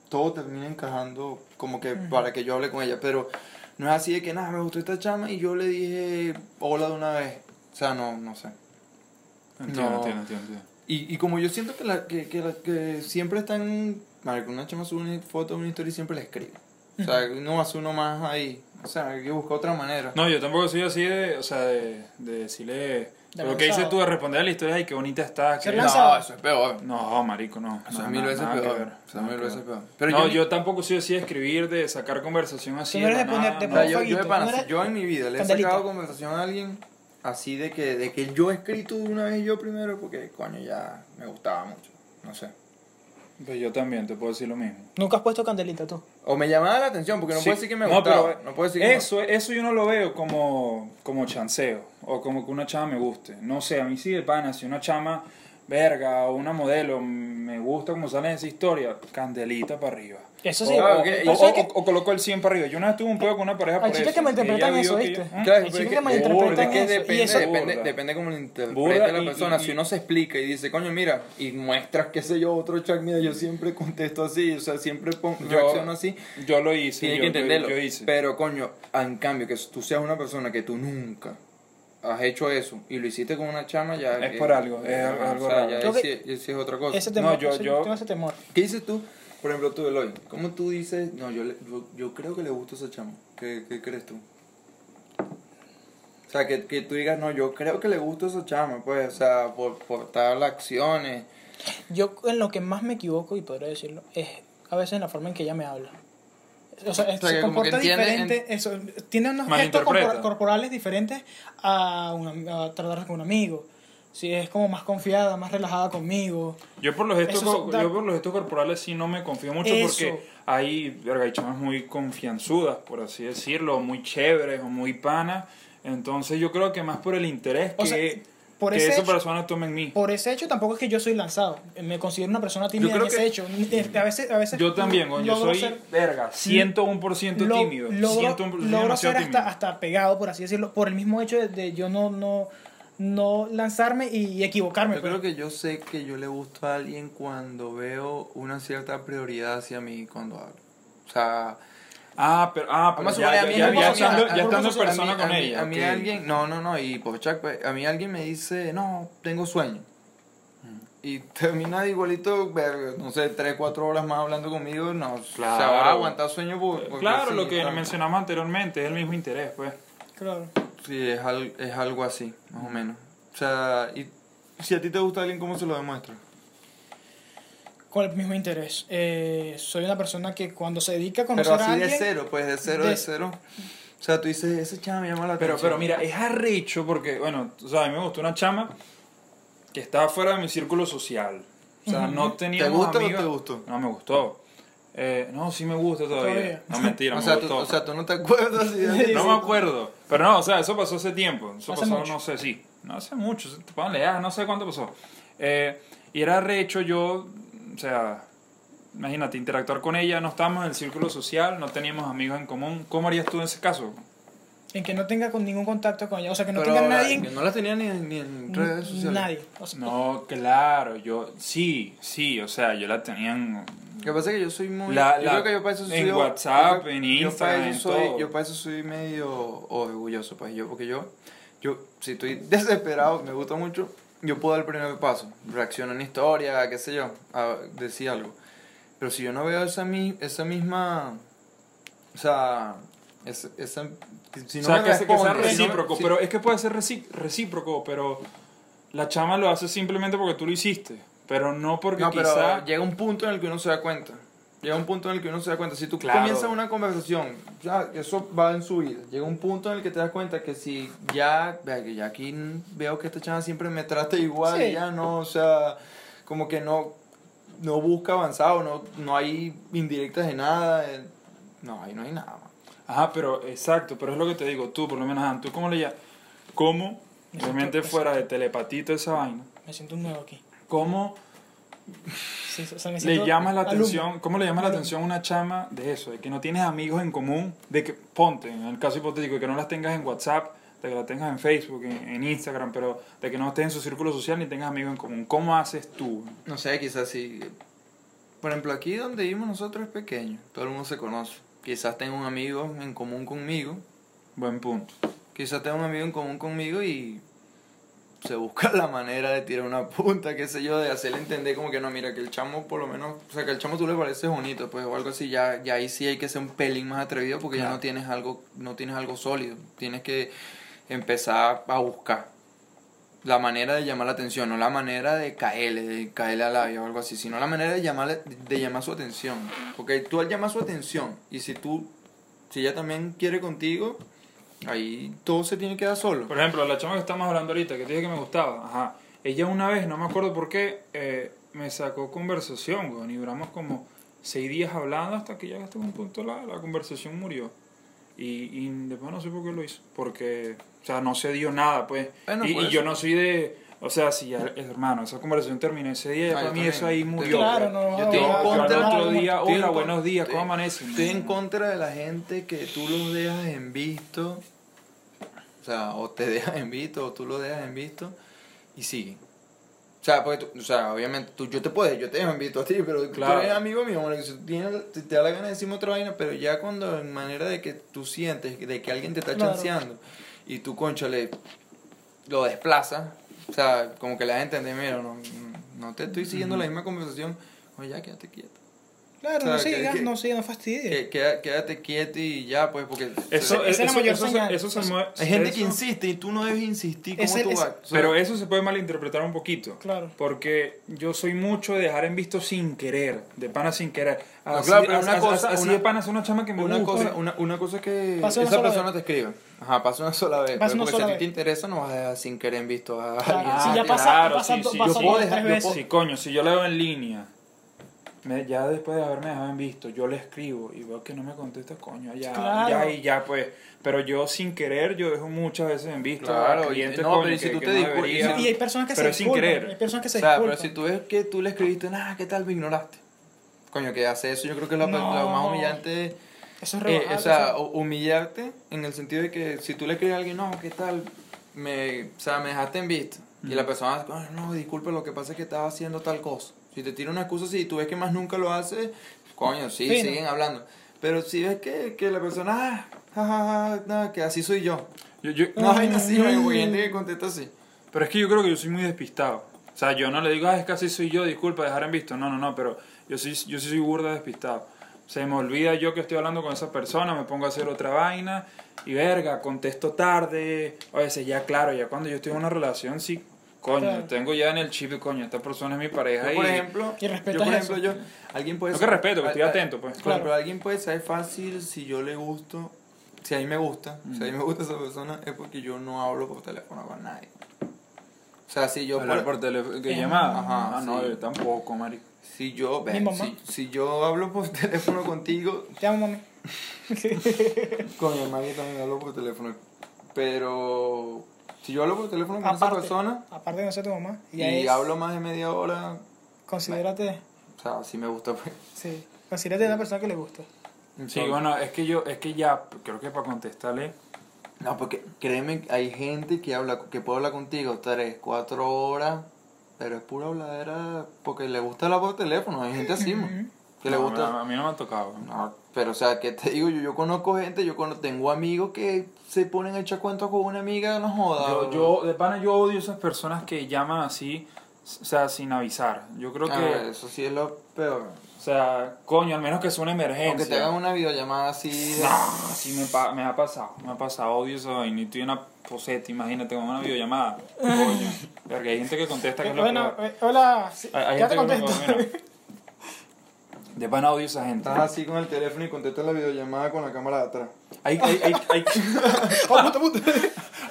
S2: todo termina encajando como que para que yo hable con ella. Pero no es así de que nada, me gustó esta chama y yo le dije hola de una vez. O sea, no, no sé.
S3: Entiendo,
S2: No.
S3: entiendo, entiendo, entiendo.
S2: Y, y como yo siento que, la, que, que, la- que siempre están. Marico, una chama sube una foto, una historia y siempre la escribe. O sea, no hace uno más ahí. O sea, hay que buscar otra manera.
S3: No, yo tampoco soy así de, o sea, de, de decirle
S1: De
S3: lo
S1: lanzado.
S3: que dices tú de responder a la historia, ay, qué bonita estás.
S1: Se
S3: qué-
S1: lanza- lanzado.
S2: eso es peor.
S3: No, marico, no.
S2: Eso
S3: No,
S2: es mil
S3: no,
S2: veces
S3: nada que
S2: peor.
S3: ver,
S2: Eso es
S3: nada
S2: mil
S3: que
S2: veces
S3: ver.
S2: peor. Pero
S3: no,
S2: yo-
S3: yo, tampoco soy así de escribir, de sacar conversación así.
S1: Tú no
S3: de
S1: eres
S3: la
S1: de
S3: nada,
S1: ponerte
S2: O
S3: no.
S2: sea,
S1: Un
S2: yo, yo, de
S1: fueguito,
S2: pana,
S1: ¿no era?
S2: yo en mi vida le he
S1: Candelita.
S2: sacado conversación a alguien así de que, de que yo he escrito de una vez yo primero porque, coño, ya me gustaba mucho. No sé.
S3: Pues yo también te puedo decir lo mismo.
S1: Nunca has puesto candelita tú.
S2: O me llamaba la atención, porque no
S3: Sí.
S2: puedo decir que me gustaba.
S3: pero
S2: No, puedo decir que no.
S3: eso, eso yo no lo veo como, como chanceo o como que una chama me guste. No sé, a mí sí de pana, si una chama verga o una modelo me gusta como sale en esa historia, candelita para arriba.
S1: Eso
S3: O-
S1: sí. oh,
S3: o,
S2: ok.
S3: o-
S2: Y
S3: Oh, o-
S1: sabes que-
S3: o- o colocó el 100 para arriba. Yo una vez tuve un pedo con una pareja
S1: Hay
S3: por
S1: chicas
S3: eso,
S1: que malinterpretan
S3: ella vio
S1: eso,
S3: que
S1: ¿viste?
S3: ella- ¿Mm?
S2: Claro,
S1: Hay chicas
S2: pero es
S1: Ah, que
S2: que-
S1: malinterpretan
S2: Burda, es que
S1: eso, y
S2: depende,
S1: eso-
S2: depende,
S3: Burda.
S2: depende cómo lo interprete
S3: Burda
S2: la
S3: y-
S2: persona.
S3: y-
S2: si uno se explica y dice, coño, mira, y muestras, qué sé yo, otro chat, mira, yo siempre contesto así, o sea, siempre pon-
S3: Yo-
S2: reacciono así.
S3: Yo lo hice.
S2: Tienes
S3: yo,
S2: que
S3: yo-
S2: entenderlo.
S3: yo hice.
S2: Pero, coño, en cambio, que tú seas una persona que tú nunca has hecho eso y lo hiciste con una chama, ya.
S3: Es
S2: eh,
S3: por algo, es
S2: eh,
S3: algo- algo
S2: o sea,
S3: raro.
S2: ya
S1: Creo
S2: ahí
S1: que-
S2: sí- ahí sí es otra cosa.
S1: Ese temor.
S3: No, yo-
S1: ese-
S3: yo-
S1: Tengo ese temor.
S2: ¿Qué dices tú? Por ejemplo, tú, Eloy, ¿cómo tú dices, no, yo, le- yo, yo creo que le gusta esa chama? ¿Qué, qué crees tú? O sea, que, que tú digas, no, yo creo que le gusta esa chama, pues, o sea, por, por tal acciones.
S1: Yo en lo que más me equivoco, y podría decirlo, es a veces en la forma en que ella me habla. O sea,
S2: sea,
S1: se
S2: que como
S1: comporta
S2: que entiende
S1: diferente, eso, tiene unos gestos
S3: Malinterpreta.
S1: corpora- corporales diferentes a, un, am- a tratar con un amigo. Si es como más confiada, más relajada conmigo.
S3: Yo por los gestos,
S1: Eso es-
S3: co-
S1: da-
S3: yo por los gestos corporales sí no me confío mucho
S1: Eso.
S3: porque hay, verga, hay chamas muy confianzudas, por así decirlo, o muy chéveres o muy panas. Entonces yo creo que más por el interés
S1: O
S3: que,
S1: sea, por
S3: que
S1: ese
S3: esa
S1: hecho-
S3: persona tome en mí.
S1: Por ese hecho tampoco es que yo soy lanzado. Me considero una persona tímida en
S2: creo
S1: ese
S2: que-
S1: hecho. Este, A veces, a veces
S3: Yo también, coño, yo
S1: logro
S3: soy
S1: ser-
S3: verga, 101%
S1: Lo-
S3: tímido.
S1: Logro,
S3: 101% soy
S1: logro
S3: demasiado
S1: ser
S3: tímido.
S1: hasta, hasta pegado, por así decirlo, por el mismo hecho de, de yo no, no, no lanzarme y equivocarme.
S2: Yo
S1: pues.
S2: creo que yo sé que yo le gusto a alguien cuando veo una cierta prioridad hacia mí cuando hablo. O sea,
S3: Ah, pero, ah, pero
S2: Vamos a
S3: ya,
S2: suponer,
S3: ya,
S2: a mí
S3: ya-
S2: me
S3: ya
S2: pasa-
S3: estando,
S2: a-
S3: ya
S2: a-
S3: estando en
S2: a-
S3: persona
S2: a mí-
S3: con
S2: a mí-
S3: ella.
S2: A mí
S3: ok.
S2: alguien, no, no, no, y pues Chuck, pues, a mí alguien me dice, no, tengo sueño. Mm. Y termina igualito, verga, no sé, 3, 4 horas más hablando conmigo, no, o sea, va
S3: Claro.
S2: a aguantar sueño por, porque
S3: Claro,
S2: pues, sí,
S3: lo que
S2: tal.
S3: mencionamos anteriormente, es el mismo interés, pues.
S1: Claro.
S2: Sí, es, al- es algo así, más o menos. O sea, y si a ti te gusta alguien, ¿cómo se lo demuestra?
S1: Con el mismo interés. Eh, soy una persona que cuando se dedica a conocer
S2: Pero
S1: a
S2: así de
S1: alguien...
S2: cero, pues de cero,
S1: de-
S2: de cero. O sea, tú dices, ese chama me llama la
S3: Pero,
S2: atención.
S3: pero mira, es arrecho porque, bueno, o sea, a mí me gustó una chama que estaba fuera de mi círculo social. O sea, no tenía
S2: gusta o
S3: amigos.
S2: te gustó?
S3: No, me gustó. Eh, no, sí me gusta todavía.
S1: Todavía.
S3: No, mentira,
S2: o
S3: me
S2: sea, tú,
S3: gustó.
S2: o sea, tú no te acuerdas. y-
S3: no me acuerdo. Pero no, o sea, eso pasó hace tiempo. Eso
S1: Hace
S3: pasó,
S1: mucho.
S3: no sé, sí. No hace mucho. Póngale, ah, no sé cuánto pasó. Eh, y era recho yo, o sea, imagínate, interactuar con ella. No estábamos en el círculo social, no teníamos amigos en común. ¿Cómo harías tú en ese caso?
S1: En que no tenga con ningún contacto con ella. O sea, que no
S2: Pero,
S1: tenga
S2: ah,
S1: nadie...
S2: yo No las tenía ni, en- ni en redes sociales.
S1: Nadie. O sea,
S3: No, claro, yo sí, sí, o sea, yo la tenía en...
S2: Lo que pasa es que yo soy muy.
S3: La-
S2: yo
S3: la-
S2: creo que yo para eso soy.
S3: en
S2: yo-
S3: WhatsApp,
S2: yo-
S3: en
S2: yo
S3: Instagram,
S2: para
S3: en
S2: eso soy,
S3: todo.
S2: Yo para eso soy medio orgulloso, pues yo, porque yo, yo, si estoy desesperado, me gusta mucho, yo puedo dar el primer paso. Reacciono en historia, qué sé yo, a decir algo. Pero si yo no veo esa, mi- esa misma. O sea. Esa, esa, si
S3: o
S2: no
S3: sea,
S2: me
S3: que, se- que
S2: responde, si no
S3: sea
S2: me-
S3: recíproco,
S2: si-
S3: pero es que puede ser reci- recíproco, pero la chama lo hace simplemente porque tú lo hiciste, pero no porque
S2: No, pero
S3: quizá...
S2: llega un punto en el que uno se da cuenta. Llega un punto en el que uno se da cuenta. Si tú
S3: Claro.
S2: comienzas una conversación, ya, eso va en su vida. Llega un punto en el que te das cuenta que si ya, vea que ya aquí veo que esta chava siempre me trata igual,
S1: Sí.
S2: ya no, o sea, como que no, no busca avanzado, no, no hay indirectas de nada. eh, no, ahí no hay nada. man.
S3: Ajá, Ah, pero exacto, pero es lo que te digo, tú por lo menos, Adam, ¿tú cómo le llamas? ¿Cómo?
S1: Exacto,
S3: Realmente fuera de telepatito esa vaina.
S1: Me siento un nuevo aquí.
S3: ¿Cómo
S1: Sí, o sea, me
S3: le
S1: siento
S3: llamas la
S1: alumno.
S3: atención, cómo le llamas la
S1: Alumno.
S3: atención a una chama de eso, de que no tienes amigos en común, de que ponte, en el caso hipotético, de que no las tengas en WhatsApp, de que las tengas en Facebook, en, en Instagram, pero de que no estés en su círculo social ni tengas amigos en común. ¿Cómo haces tú?
S2: No sé, quizás si. Por ejemplo, aquí donde vivimos nosotros es pequeño, todo el mundo se conoce. Quizás tenga un amigo en común conmigo,
S3: Buen punto.
S2: quizá tenga un amigo en común conmigo y se busca la manera de tirar una punta, qué sé yo, de hacerle entender como que no, mira, que el chamo por lo menos, o sea, que el chamo tú le pareces bonito, pues o algo así, ya, ya ahí sí hay que ser un pelín más atrevido porque ya
S3: Claro.
S2: no tienes algo, no tienes algo sólido, tienes que empezar a buscar la manera de llamar la atención, no la manera de caerle, de caerle al labio o algo así, sino la manera de llamarle, de llamar su atención, porque tú al llamar su atención y si tú, si ella también quiere contigo, Ahí todo se tiene que dar solo.
S3: Por ejemplo, la chama que estamos hablando ahorita, que te dije que me gustaba, ajá. Ella una vez, no me acuerdo por qué, eh, me sacó conversación, weón. Y duramos como seis días hablando hasta que ya hasta un punto la, la conversación murió. Y, y después no sé por qué lo hizo. Porque, o sea, no se dio nada, pues.
S2: Bueno,
S3: y,
S2: por
S3: y yo
S2: eso.
S3: no soy de. O sea, si ya, hermano, esa conversación terminó ese
S2: Ah,
S3: día, para
S2: yo
S3: mí
S2: también.
S3: eso ahí murió.
S1: Claro,
S3: weón.
S1: no.
S2: Yo estoy en
S1: no,
S3: Yo al
S2: contra-
S1: no,
S3: otro día,
S2: Estoy en
S3: hola,
S2: con-
S3: buenos días,
S2: estoy-
S3: ¿cómo amanecen?
S2: Estoy en contra de la gente que tú los dejas en visto, o sea, o te dejas en visto, o tú lo dejas en visto, y siguen. O sea, porque tú- o sea, obviamente, tú, yo te puedo, yo te dejo en visto a ti, pero
S3: Claro.
S2: tú eres amigo mío, bueno, que si tú tienes- te, te da la gana de decirme otra vaina, pero ya cuando, en manera de que tú sientes, de que alguien te está
S1: Claro.
S2: chanceando, y tú, conchale, lo desplaza, o sea, como que la gente entiende, mira, no, no te estoy siguiendo la misma conversación, oye, ya, quédate quieto.
S1: Claro,
S2: O sea,
S1: no sigas,
S2: que- que-
S1: no sigas, no fastidies.
S2: Que- queda- quédate quieto y ya, pues, porque...
S3: Eso,
S1: Esa es la
S3: eso-
S1: mayor
S3: eso se-
S1: señal.
S3: eso se
S1: O sea,
S3: mueve-
S2: hay gente que
S3: eso-
S2: insiste y tú no debes insistir como
S1: Ese-
S2: tú
S1: ese-
S2: vas. O sea,
S3: Pero eso se puede malinterpretar un poquito.
S1: Claro.
S3: Porque yo soy mucho de dejar en visto sin querer, de pana sin querer.
S2: No,
S3: Así,
S2: claro, pero
S3: as-
S2: una
S3: as-
S2: cosa-
S3: así
S2: una-
S3: de pana es una chama que me
S2: una,
S3: gusta.
S2: cosa, una, una cosa es que
S1: Pasa una
S2: esa
S1: sola
S2: persona
S1: vez.
S2: te escribe. Ajá, pasa una sola vez.
S1: Pasa
S2: pero
S1: una
S2: porque
S1: sola
S2: si a
S1: vez.
S2: ti te interesa, no vas a dejar sin querer en visto a
S1: Claro,
S2: alguien.
S1: si ya
S3: Ah,
S1: pasa,
S3: claro,
S1: pasa,
S3: sí, sí.
S1: pasa
S2: Yo
S1: dos,
S2: puedo
S1: tres
S2: dejar- yo
S1: veces.
S3: Sí, coño, si yo la veo en línea, me- ya después de haberme dejado en visto, yo le escribo y veo que no me contesta, coño, ya,
S1: Claro.
S3: ya y ya, pues. Pero yo sin querer, yo dejo muchas veces en visto.
S2: Claro,
S3: a clientes,
S2: y- no,
S3: coño,
S2: pero y si
S3: que-
S2: tú
S3: que
S2: te
S3: no
S2: discul- y
S3: debería.
S1: Y hay personas que
S3: Pero
S1: se
S3: sin
S1: disculpan.
S3: querer.
S1: Hay personas que
S2: O
S1: se
S2: sea, pero
S1: disculpan.
S2: si tú ves que tú le escribiste, nada, ¿qué tal? Me ignoraste. Coño, que hace eso yo creo que es lo,
S1: No.
S2: lo más humillante.
S1: Eso es
S2: Eh,
S1: rebajar,
S2: o sea, hu- humillarte en el sentido de que si tú le escribes a alguien, no, ¿qué tal? Me, o sea, me dejaste en visto. Y la persona, "Ah, no, disculpe, lo que pasa es que estaba haciendo tal cosa. Si te tira una excusa, si tú ves que más nunca lo hace, coño, sí,
S1: Fino.
S2: siguen hablando. Pero si ves que, que la persona, ah, jajaja, nada, que así soy yo.
S3: Yo- yo-
S2: No, vaina así,
S1: Mm.
S2: güey, gente que contesta así.
S3: Pero es que yo creo que yo soy muy despistado. O sea, yo no le digo, ah, es que así soy yo, disculpa, dejar en visto. No, no, no, pero yo sí, yo sí soy burda despistado. Se me olvida yo que estoy hablando con esa persona, me pongo a hacer otra vaina y verga, contesto tarde. A veces ya, claro, ya cuando yo estoy en una relación, sí, coño,
S1: Claro.
S3: tengo ya en el chip, coño, esta persona es mi
S2: Yo,
S3: pareja y...
S2: por ejemplo,
S1: Y
S2: yo,
S1: respetas
S2: por
S1: eso.
S2: ejemplo, yo, alguien puede
S3: No que respeto, que estoy
S2: al- al-
S3: atento, pues.
S1: Claro.
S2: Claro. Pero alguien puede saber fácil si yo le gusto, si a mí me gusta, si a mí me gusta esa persona, es porque yo no hablo por teléfono con nadie. O sea, si yo,
S3: Hablar
S2: por-
S3: por teléfono, eh, que
S1: Ajá,
S3: llamada.
S2: ajá,
S3: ah, no,
S2: sí.
S3: yo tampoco, marico.
S2: si yo,
S1: Mi
S2: ven,
S1: mamá.
S2: si, si yo hablo por teléfono contigo,
S1: Te amo, mami.
S2: con mi hermana yo también hablo por teléfono, pero si yo hablo por teléfono con
S1: Aparte.
S2: esa persona
S1: Aparte de no ser tu mamá.
S2: y
S1: Ya es-
S2: hablo más de media hora,
S1: Considérate.
S2: o sea, si me gusta, pues.
S1: Sí. Considérate una persona que le gusta.
S3: Sí,
S2: Entonces-
S3: bueno, es que yo, es que ya, creo que para contestarle...
S2: No, porque créeme, hay gente que habla, que puede hablar contigo tres, cuatro horas, pero es pura habladera porque le gusta hablar por teléfono. Hay gente así, man, que le
S3: No,
S2: gusta.
S3: A mí no me ha tocado.
S2: No, pero o sea, ¿qué te digo? Yo, yo conozco gente, yo cono- tengo amigos que se ponen a echar cuentos con una amiga, no joda.
S3: Yo,
S2: bro.
S3: yo, de pana, yo odio esas personas que llaman así, s- o sea, sin avisar. Yo creo que,
S2: Ah, eso sí es lo peor.
S3: o sea, coño, al menos que sea una
S2: Aunque te
S3: emergencia.
S2: hagan una videollamada así. de-
S3: No, sí me, pa- me ha pasado, me ha pasado, odio esa vaina. Y estoy en una poseta, imagínate, con una videollamada. Coño, porque hay gente que contesta que es lo
S1: bueno,
S3: peor.
S1: eh, hola. sí,
S3: Hay- hay
S1: ya
S3: gente
S1: te
S3: que
S1: contesto.
S3: no- mira. de pana odio esa gente.
S2: Estás así con el teléfono y contestas la videollamada con la cámara de atrás.
S3: Hay, hay, hay, hay,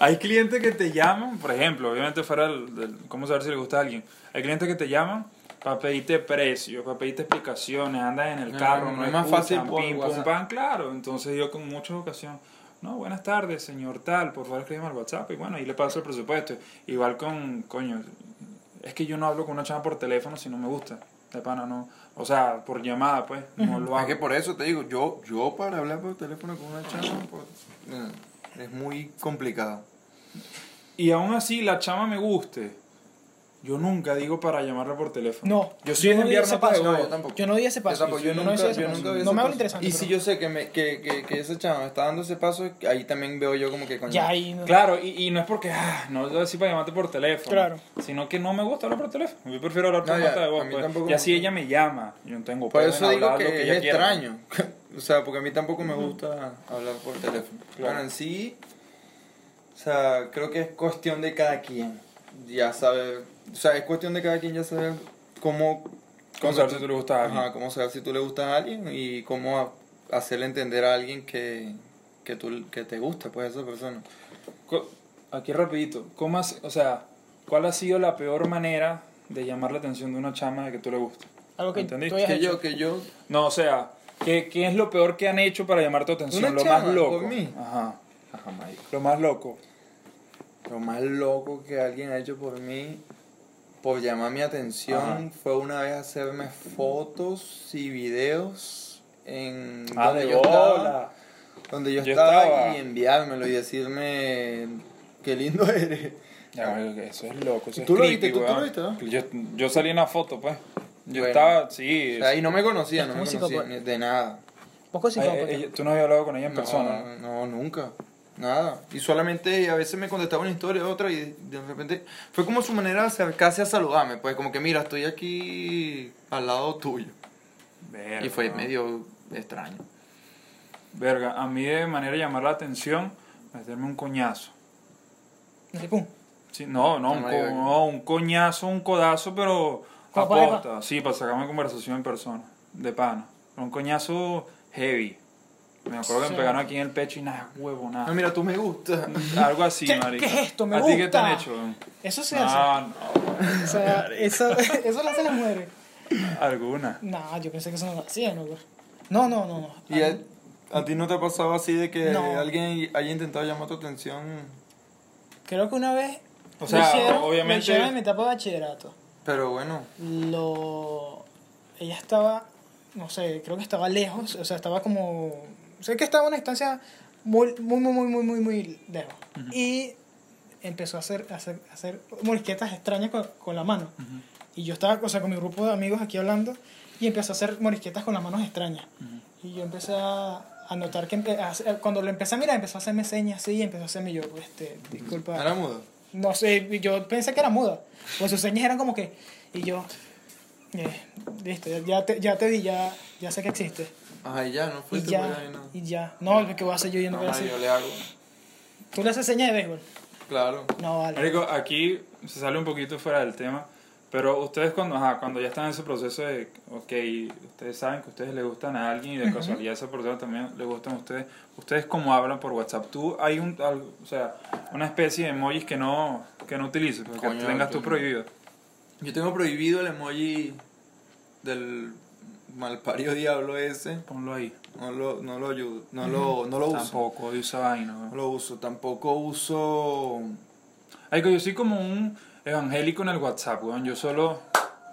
S3: hay clientes que te llaman, por ejemplo, obviamente fuera del, del- cómo saber si le gusta a alguien. Hay clientes que te llaman para pedirte precios, para pedirte explicaciones, andas en el
S2: No,
S3: carro,
S2: Eh, no,
S3: no
S2: es más
S3: escuchan,
S2: fácil por
S3: pim, pum,
S2: WhatsApp.
S3: pam, claro. Entonces yo con mucha ocasión, no, buenas tardes, señor tal, por favor escríbeme al WhatsApp y bueno, ahí le paso el presupuesto. Igual con, coño, es que yo no hablo con una chama por teléfono si no me gusta, de pana, no. O sea, por llamada, pues, no lo
S2: Es que
S3: hago.
S2: por eso te digo, yo, yo para hablar por teléfono con una chama por- mm, es muy complicado.
S3: Y aún así, la chama me guste. Yo nunca digo para llamarla por teléfono.
S1: No.
S3: Yo soy de
S1: no
S3: enviar
S1: ese
S3: notas de
S1: paso.
S3: voz.
S2: yo tampoco.
S1: Yo no di ese
S2: Yo
S1: paso.
S2: tampoco, yo
S1: no
S2: nunca,
S1: hice ese
S2: yo
S1: paso.
S2: nunca vi
S1: pues, No
S2: ese
S1: me hablo
S2: paso.
S1: interesante.
S2: Y si
S1: pero-
S2: yo sé que, me, que, que, que esa chama está dando ese paso, ahí también veo yo como que coño.
S1: Ya ahí. no-
S3: Claro, y, y no es porque, ah, no es así para llamarte por teléfono.
S1: Claro.
S3: Sino que no me gusta hablar por teléfono. Yo prefiero hablar por
S2: No, ya,
S3: nota de voz.
S2: a mí
S3: pues.
S2: tampoco
S3: Y
S2: me
S3: así
S2: gusta.
S3: ella me llama. Yo no tengo
S2: Por
S3: pedo
S2: eso
S3: en
S2: digo
S3: hablar
S2: que,
S3: lo que
S2: es
S3: ella quiera.
S2: extraño. o sea, porque a mí tampoco me gusta hablar por teléfono. Bueno, en sí, o sea, creo que es cuestión de cada quien. Ya sabe, o sea, es cuestión de cada quien ya sabe cómo...
S3: Cómo saber si tú le gustas a alguien.
S2: Ajá, cómo saber si tú le gustas a alguien y cómo a- hacerle entender a alguien que, que, tú, que te gusta, pues, esa persona.
S3: Co- Aquí rapidito. ¿Cómo has- o sea, ¿cuál ha sido la peor manera de llamar la atención de una chama de que tú le gustas.
S1: Algo que
S3: ¿Entendiste?
S1: tú hayas
S2: Que
S1: hecho.
S2: yo, que yo.
S3: No, o sea, ¿qué, qué es lo peor que han hecho para llamar tu atención?
S2: Una
S3: lo
S2: chama,
S3: más loco.
S2: por mí.
S3: Ajá. Ajá, marico. Lo más loco.
S2: Lo más loco que alguien ha hecho por mí, por llamar mi atención,
S3: Ajá.
S2: fue una vez hacerme fotos y videos en
S3: Ah,
S2: donde
S3: de
S2: yo estaba,
S3: bola.
S2: donde yo
S3: Yo
S2: estaba,
S3: estaba.
S2: y enviármelo y decirme qué lindo eres.
S3: Ya, marico, eso es loco. Eso
S2: Tú
S3: es
S2: lo
S3: creepy,
S2: viste, tú- tú lo
S3: weón.
S2: viste, ¿no?
S3: Yo, yo salí en la foto, pues. Yo
S2: Bueno.
S3: estaba, sí.
S2: O sea, y no me conocía, no me
S1: Músico,
S2: conocía
S1: pues.
S2: ni de nada.
S1: Poco
S3: Ay,
S1: psicópata.
S3: ella- eh, tú no habías hablado con ella en persona. ¿no?
S2: No, no, nunca. Nada. Y solamente a veces me contestaba una historia, otra, y de repente fue como su manera de acercarse a saludarme. Pues como que, mira, estoy aquí al lado tuyo.
S3: Verga,
S2: Y fue
S3: weón.
S2: medio extraño.
S3: Verga, a mí de manera de llamar la atención, meterme un coñazo.
S1: Así, pum.
S3: eh, Sí, no, no, un,
S2: No,
S3: co-
S2: marico.
S3: no, un coñazo, un codazo, pero
S1: Como para
S3: aposta. Sí, para sacarme conversación en persona, de pana. Pero un coñazo heavy. Me acuerdo que
S1: Sí.
S3: me pegaron aquí en el pecho y nada, huevo,
S2: Ah,
S3: nada.
S2: mira, tú me gustas.
S3: Algo así,
S1: ¿Qué-
S3: marico.
S1: qué es esto? Me
S3: ¿A ti qué te han
S1: gusta.
S3: hecho? weón?
S1: Eso se hace.
S3: No, no.
S1: O sea, eso, eso lo hacen las mujeres.
S3: Alguna.
S1: No, yo pensé que eso no lo hacían, loco. No, no, no, no.
S2: ¿Y a, a ti no te ha pasado así de que
S1: No.
S2: alguien haya intentado llamar tu atención?
S1: Creo que una vez.
S3: O sea,
S1: lo hicieron-
S3: obviamente-
S1: Lo hicieron en mi etapa de bachillerato.
S2: Pero bueno,
S1: Lo. Ella estaba. No sé, creo que estaba lejos. O sea, estaba como. Sé que estaba a una distancia muy, muy, muy, muy, muy, muy, muy lejos. Y empezó a hacer, a hacer, a hacer morisquetas extrañas con, con la mano. Y yo estaba, o sea, con mi grupo de amigos aquí hablando. Y empezó a hacer morisquetas con las manos extrañas. Y yo empecé a, a notar que empe- a hacer- cuando lo empecé a mirar, empezó a hacerme señas así y empezó a hacerme yo, este, disculpa.
S2: era mudo.
S1: No sé, yo pensé que era muda. Pues sus señas eran como que. Y yo. eh, listo, ya, ya te, ya te di, ya, ya sé que existe.
S2: Ajá, y ya, no
S1: Y
S2: fuiste por
S1: ya.
S2: ahí, no.
S1: Y ya. No, ¿qué voy a hacer yo? Yo no
S2: No,
S1: voy a
S2: madre,
S1: hacer.
S2: yo le hago.
S1: Tú le haces señas de béisbol.
S2: Claro.
S1: No, vale.
S3: Marico, aquí se sale un poquito fuera del tema, pero ustedes cuando, ajá, cuando ya están en ese proceso de, ok, ustedes saben que ustedes le gustan a alguien y de casualidad esa persona también le gustan a ustedes, ustedes como hablan por WhatsApp, tú hay un, algo- o sea, una especie de emojis que no, que no utilices, porque
S2: Coño,
S3: tengas tú
S2: yo no.
S3: prohibido.
S2: Yo tengo prohibido el emoji del malpario diablo ese.
S3: Ponlo ahí.
S2: No lo, no lo ayudo, no lo, no lo uso.
S3: Tampoco, odio esa vaina. weón.
S2: No lo uso, tampoco uso...
S3: Ay, que yo soy como un evangélico en el WhatsApp, weón. Yo solo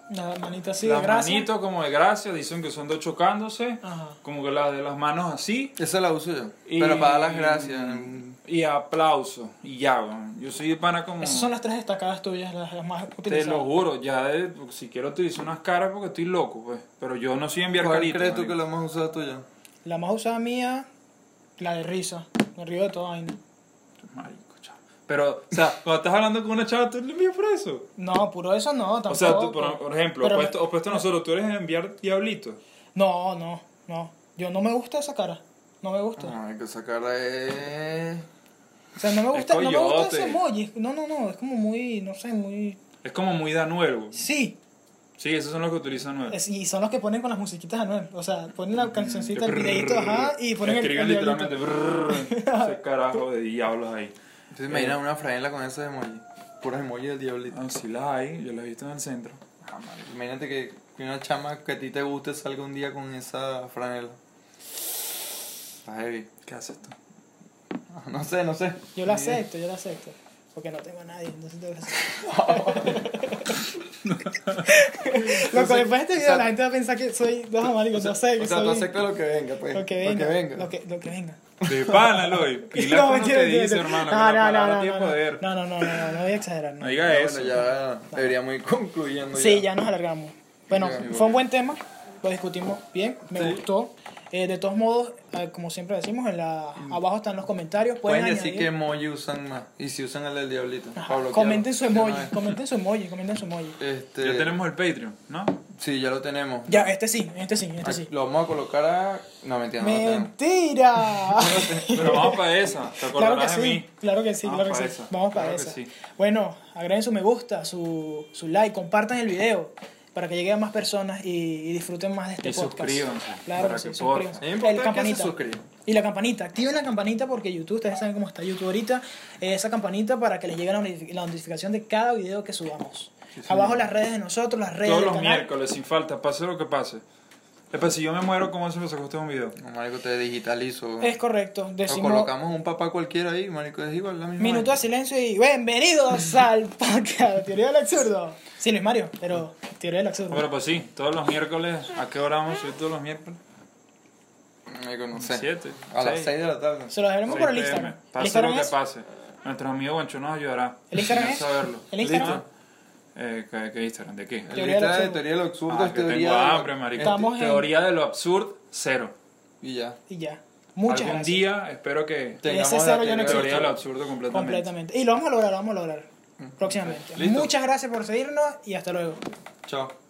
S1: Una manita así,
S3: las
S1: gracias.
S3: manitos como de gracia, dicen que son dos chocándose,
S1: Ajá.
S3: como que las de las manos así.
S2: Esa la uso yo.
S3: Y- mm,
S2: Pero para dar las gracias. mm,
S3: Y aplauso. Y ya, weón. Yo soy de pana como.
S1: Esas son las tres destacadas tuyas, las, las más
S3: Te
S1: utilizadas.
S3: lo juro, ya de- si quiero utilizar unas caras porque estoy loco, pues. Pero yo no soy enviar
S2: ¿Cuál
S3: caritas.
S2: crees tú
S3: marico.
S2: que la más usada tuya?
S1: La más usada mía, la de risa. Me río de toda vaina.
S3: Marico, chao. Pero, o sea, cuando estás hablando con una chava, tú le envías por eso.
S1: No, puro eso no, tampoco.
S3: O sea, tú, por, por ejemplo,
S1: Pero-
S3: opuesto, opuesto a nosotros, tú eres enviar diablitos.
S1: No, no, no. Yo no me gusta esa cara. No me gusta.
S2: Ay, que esa cara es...
S1: O sea, no me
S3: Ah. Es
S1: gusta, no me gusta
S3: coyote.
S1: ese emoji. No, no, no, es como muy, no sé, muy...
S3: Es como muy Danuel, weón.
S1: Sí,
S3: Sí, esos son los que utilizan Anuel.
S1: es- y son los que ponen con las musiquitas de Anuel. O sea, ponen la cancioncita, el
S3: Brrr.
S1: videito, ajá, y ponen el-
S3: Escriben
S1: el...
S3: literalmente,
S1: diablito.
S3: brrr, ese carajo de diablos ahí.
S2: ¿Tú te
S3: Eh.
S2: imaginas una franela con esos emojis? Puros emojis del diablito.
S3: Ah, sí las hay, yo las he visto en el centro. Ah, marico.
S2: Imagínate que que una chama que a ti te guste salga un día con esa franela. Está heavy.
S3: ¿Qué haces tú?
S2: No sé, no sé.
S1: Yo lo acepto, yo lo acepto. Porque no tengo a nadie, entonces tengo que aceptar. Loco, después de este video
S2: o sea,
S1: la gente va a pensar que soy dos amaricos, no sé, que
S2: O sea, tú
S1: soy-
S2: aceptas lo que venga, pues.
S1: Lo que venga,
S2: Lo que venga.
S1: Lo que, lo que venga.
S3: De pana, Loy. Pilar, no,
S1: mentira,
S3: te
S1: mentira,
S3: dice,
S1: mentira.
S3: hermano,
S1: No,
S3: que la
S1: no, no,
S3: palabra
S1: no, no,
S3: tiene
S1: no.
S3: poder.
S1: No, no, no, no, no, no voy a exagerar.
S3: No
S1: No.
S3: diga
S2: Ya,
S3: eso.
S2: Ah, Bueno, ya deberíamos ir concluyendo.
S1: Sí, ya nos alargamos. Bueno,
S2: Ya,
S1: fue un buen tema, lo discutimos bien, me
S2: Sí.
S1: gustó. Eh, de todos modos, eh, como siempre decimos, en la, abajo están los comentarios. Pueden,
S2: Mm. Pueden decir
S1: añadir-
S2: que emoji usan más. Y si usan el del diablito.
S1: Ajá,
S2: Pablo,
S1: comenten su
S2: claro.
S1: emoji,
S2: De una vez.
S1: comenten su emoji, comenten su emoji.
S2: Este,
S3: Ya tenemos el Patreon, ¿no?
S2: Sí, ya lo tenemos.
S1: Ya, este sí, este sí, este
S2: Ay,
S1: sí.
S2: Lo vamos a colocar a. No, mentira, no lo tenemos.
S1: ¡Mentira!
S3: Pero vamos para esa.
S1: claro
S3: Te
S1: que
S3: acordarás de
S1: sí,
S3: mí.
S1: claro que sí,
S3: Vamos
S1: claro que
S3: pa'
S1: sí.
S3: esa,
S1: Vamos para
S3: claro que
S1: esa.
S3: sí.
S1: Bueno, agreguen su me gusta, su, su like, compartan el video para que llegue a más personas y, y disfuten más de este
S3: Y
S1: podcast.
S3: suscríbanse,
S1: Claro
S3: para
S1: que sí,
S3: que
S1: suscríbanse.
S3: porfa.
S2: Es importante
S1: El
S2: que
S1: campanita.
S2: se suscriban.
S1: Y la campanita, activen la campanita porque YouTube, ustedes saben cómo está YouTube ahorita, eh, esa campanita para que les llegue la, notifi- la notificación de cada video que subamos. Abajo las redes de nosotros, las redes
S3: Todos
S1: del
S3: los
S1: canal.
S3: miércoles, sin falta, pase lo que pase. Después, si yo me muero, ¿cómo se lo sacó usted un video?
S2: No, marico, te digitalizo.
S1: Es correcto.
S2: o
S1: Decimos
S2: colocamos un papá cualquiera ahí, marico, es igual la misma.
S1: minuto de silencio y bienvenidos al podcast Teoría del Absurdo. Sí, Luis Mario, pero Teoría del Absurdo.
S3: Bueno, pues sí, todos los miércoles. ¿A qué hora vamos a subir todos los miércoles?
S2: vaina. Marico, no sé.
S3: Siete,
S2: A las
S3: seis.
S2: 6 de la tarde.
S1: Se los dejaremos por el
S3: 6 PM.
S1: Instagram. El
S3: Pase lo
S1: Instagram
S3: que
S1: es
S3: pase. Nuestro amigo Guancho nos ayudará.
S1: ¿El Instagram
S3: Sin
S1: es?
S3: saberlo.
S1: ¿El Instagram?
S3: Eh, ¿qué, qué Instagram? ¿De qué?
S1: Teoría del
S2: El lista de
S1: absurdo.
S2: teoría de lo absurdo
S3: Ah,
S2: es
S3: yo
S2: teoría.
S3: tengo
S2: de lo- este,
S3: hambre, marico.
S1: Estamos en-
S3: Teoría de lo absurdo, cero.
S2: Y ya.
S1: y ya. Muchas
S3: Algún
S1: gracias.
S3: día espero que...
S2: Tengamos
S1: ese
S2: la
S1: cero ya no
S2: teoría de lo
S1: existe.
S3: Teoría de lo Mm.
S2: absurdo.
S3: absurdo completamente.
S1: Completamente. Y lo vamos a lograr, lo vamos a lograr. Próximamente.
S2: Listo.
S1: Muchas gracias por seguirnos y hasta luego.
S2: Chao.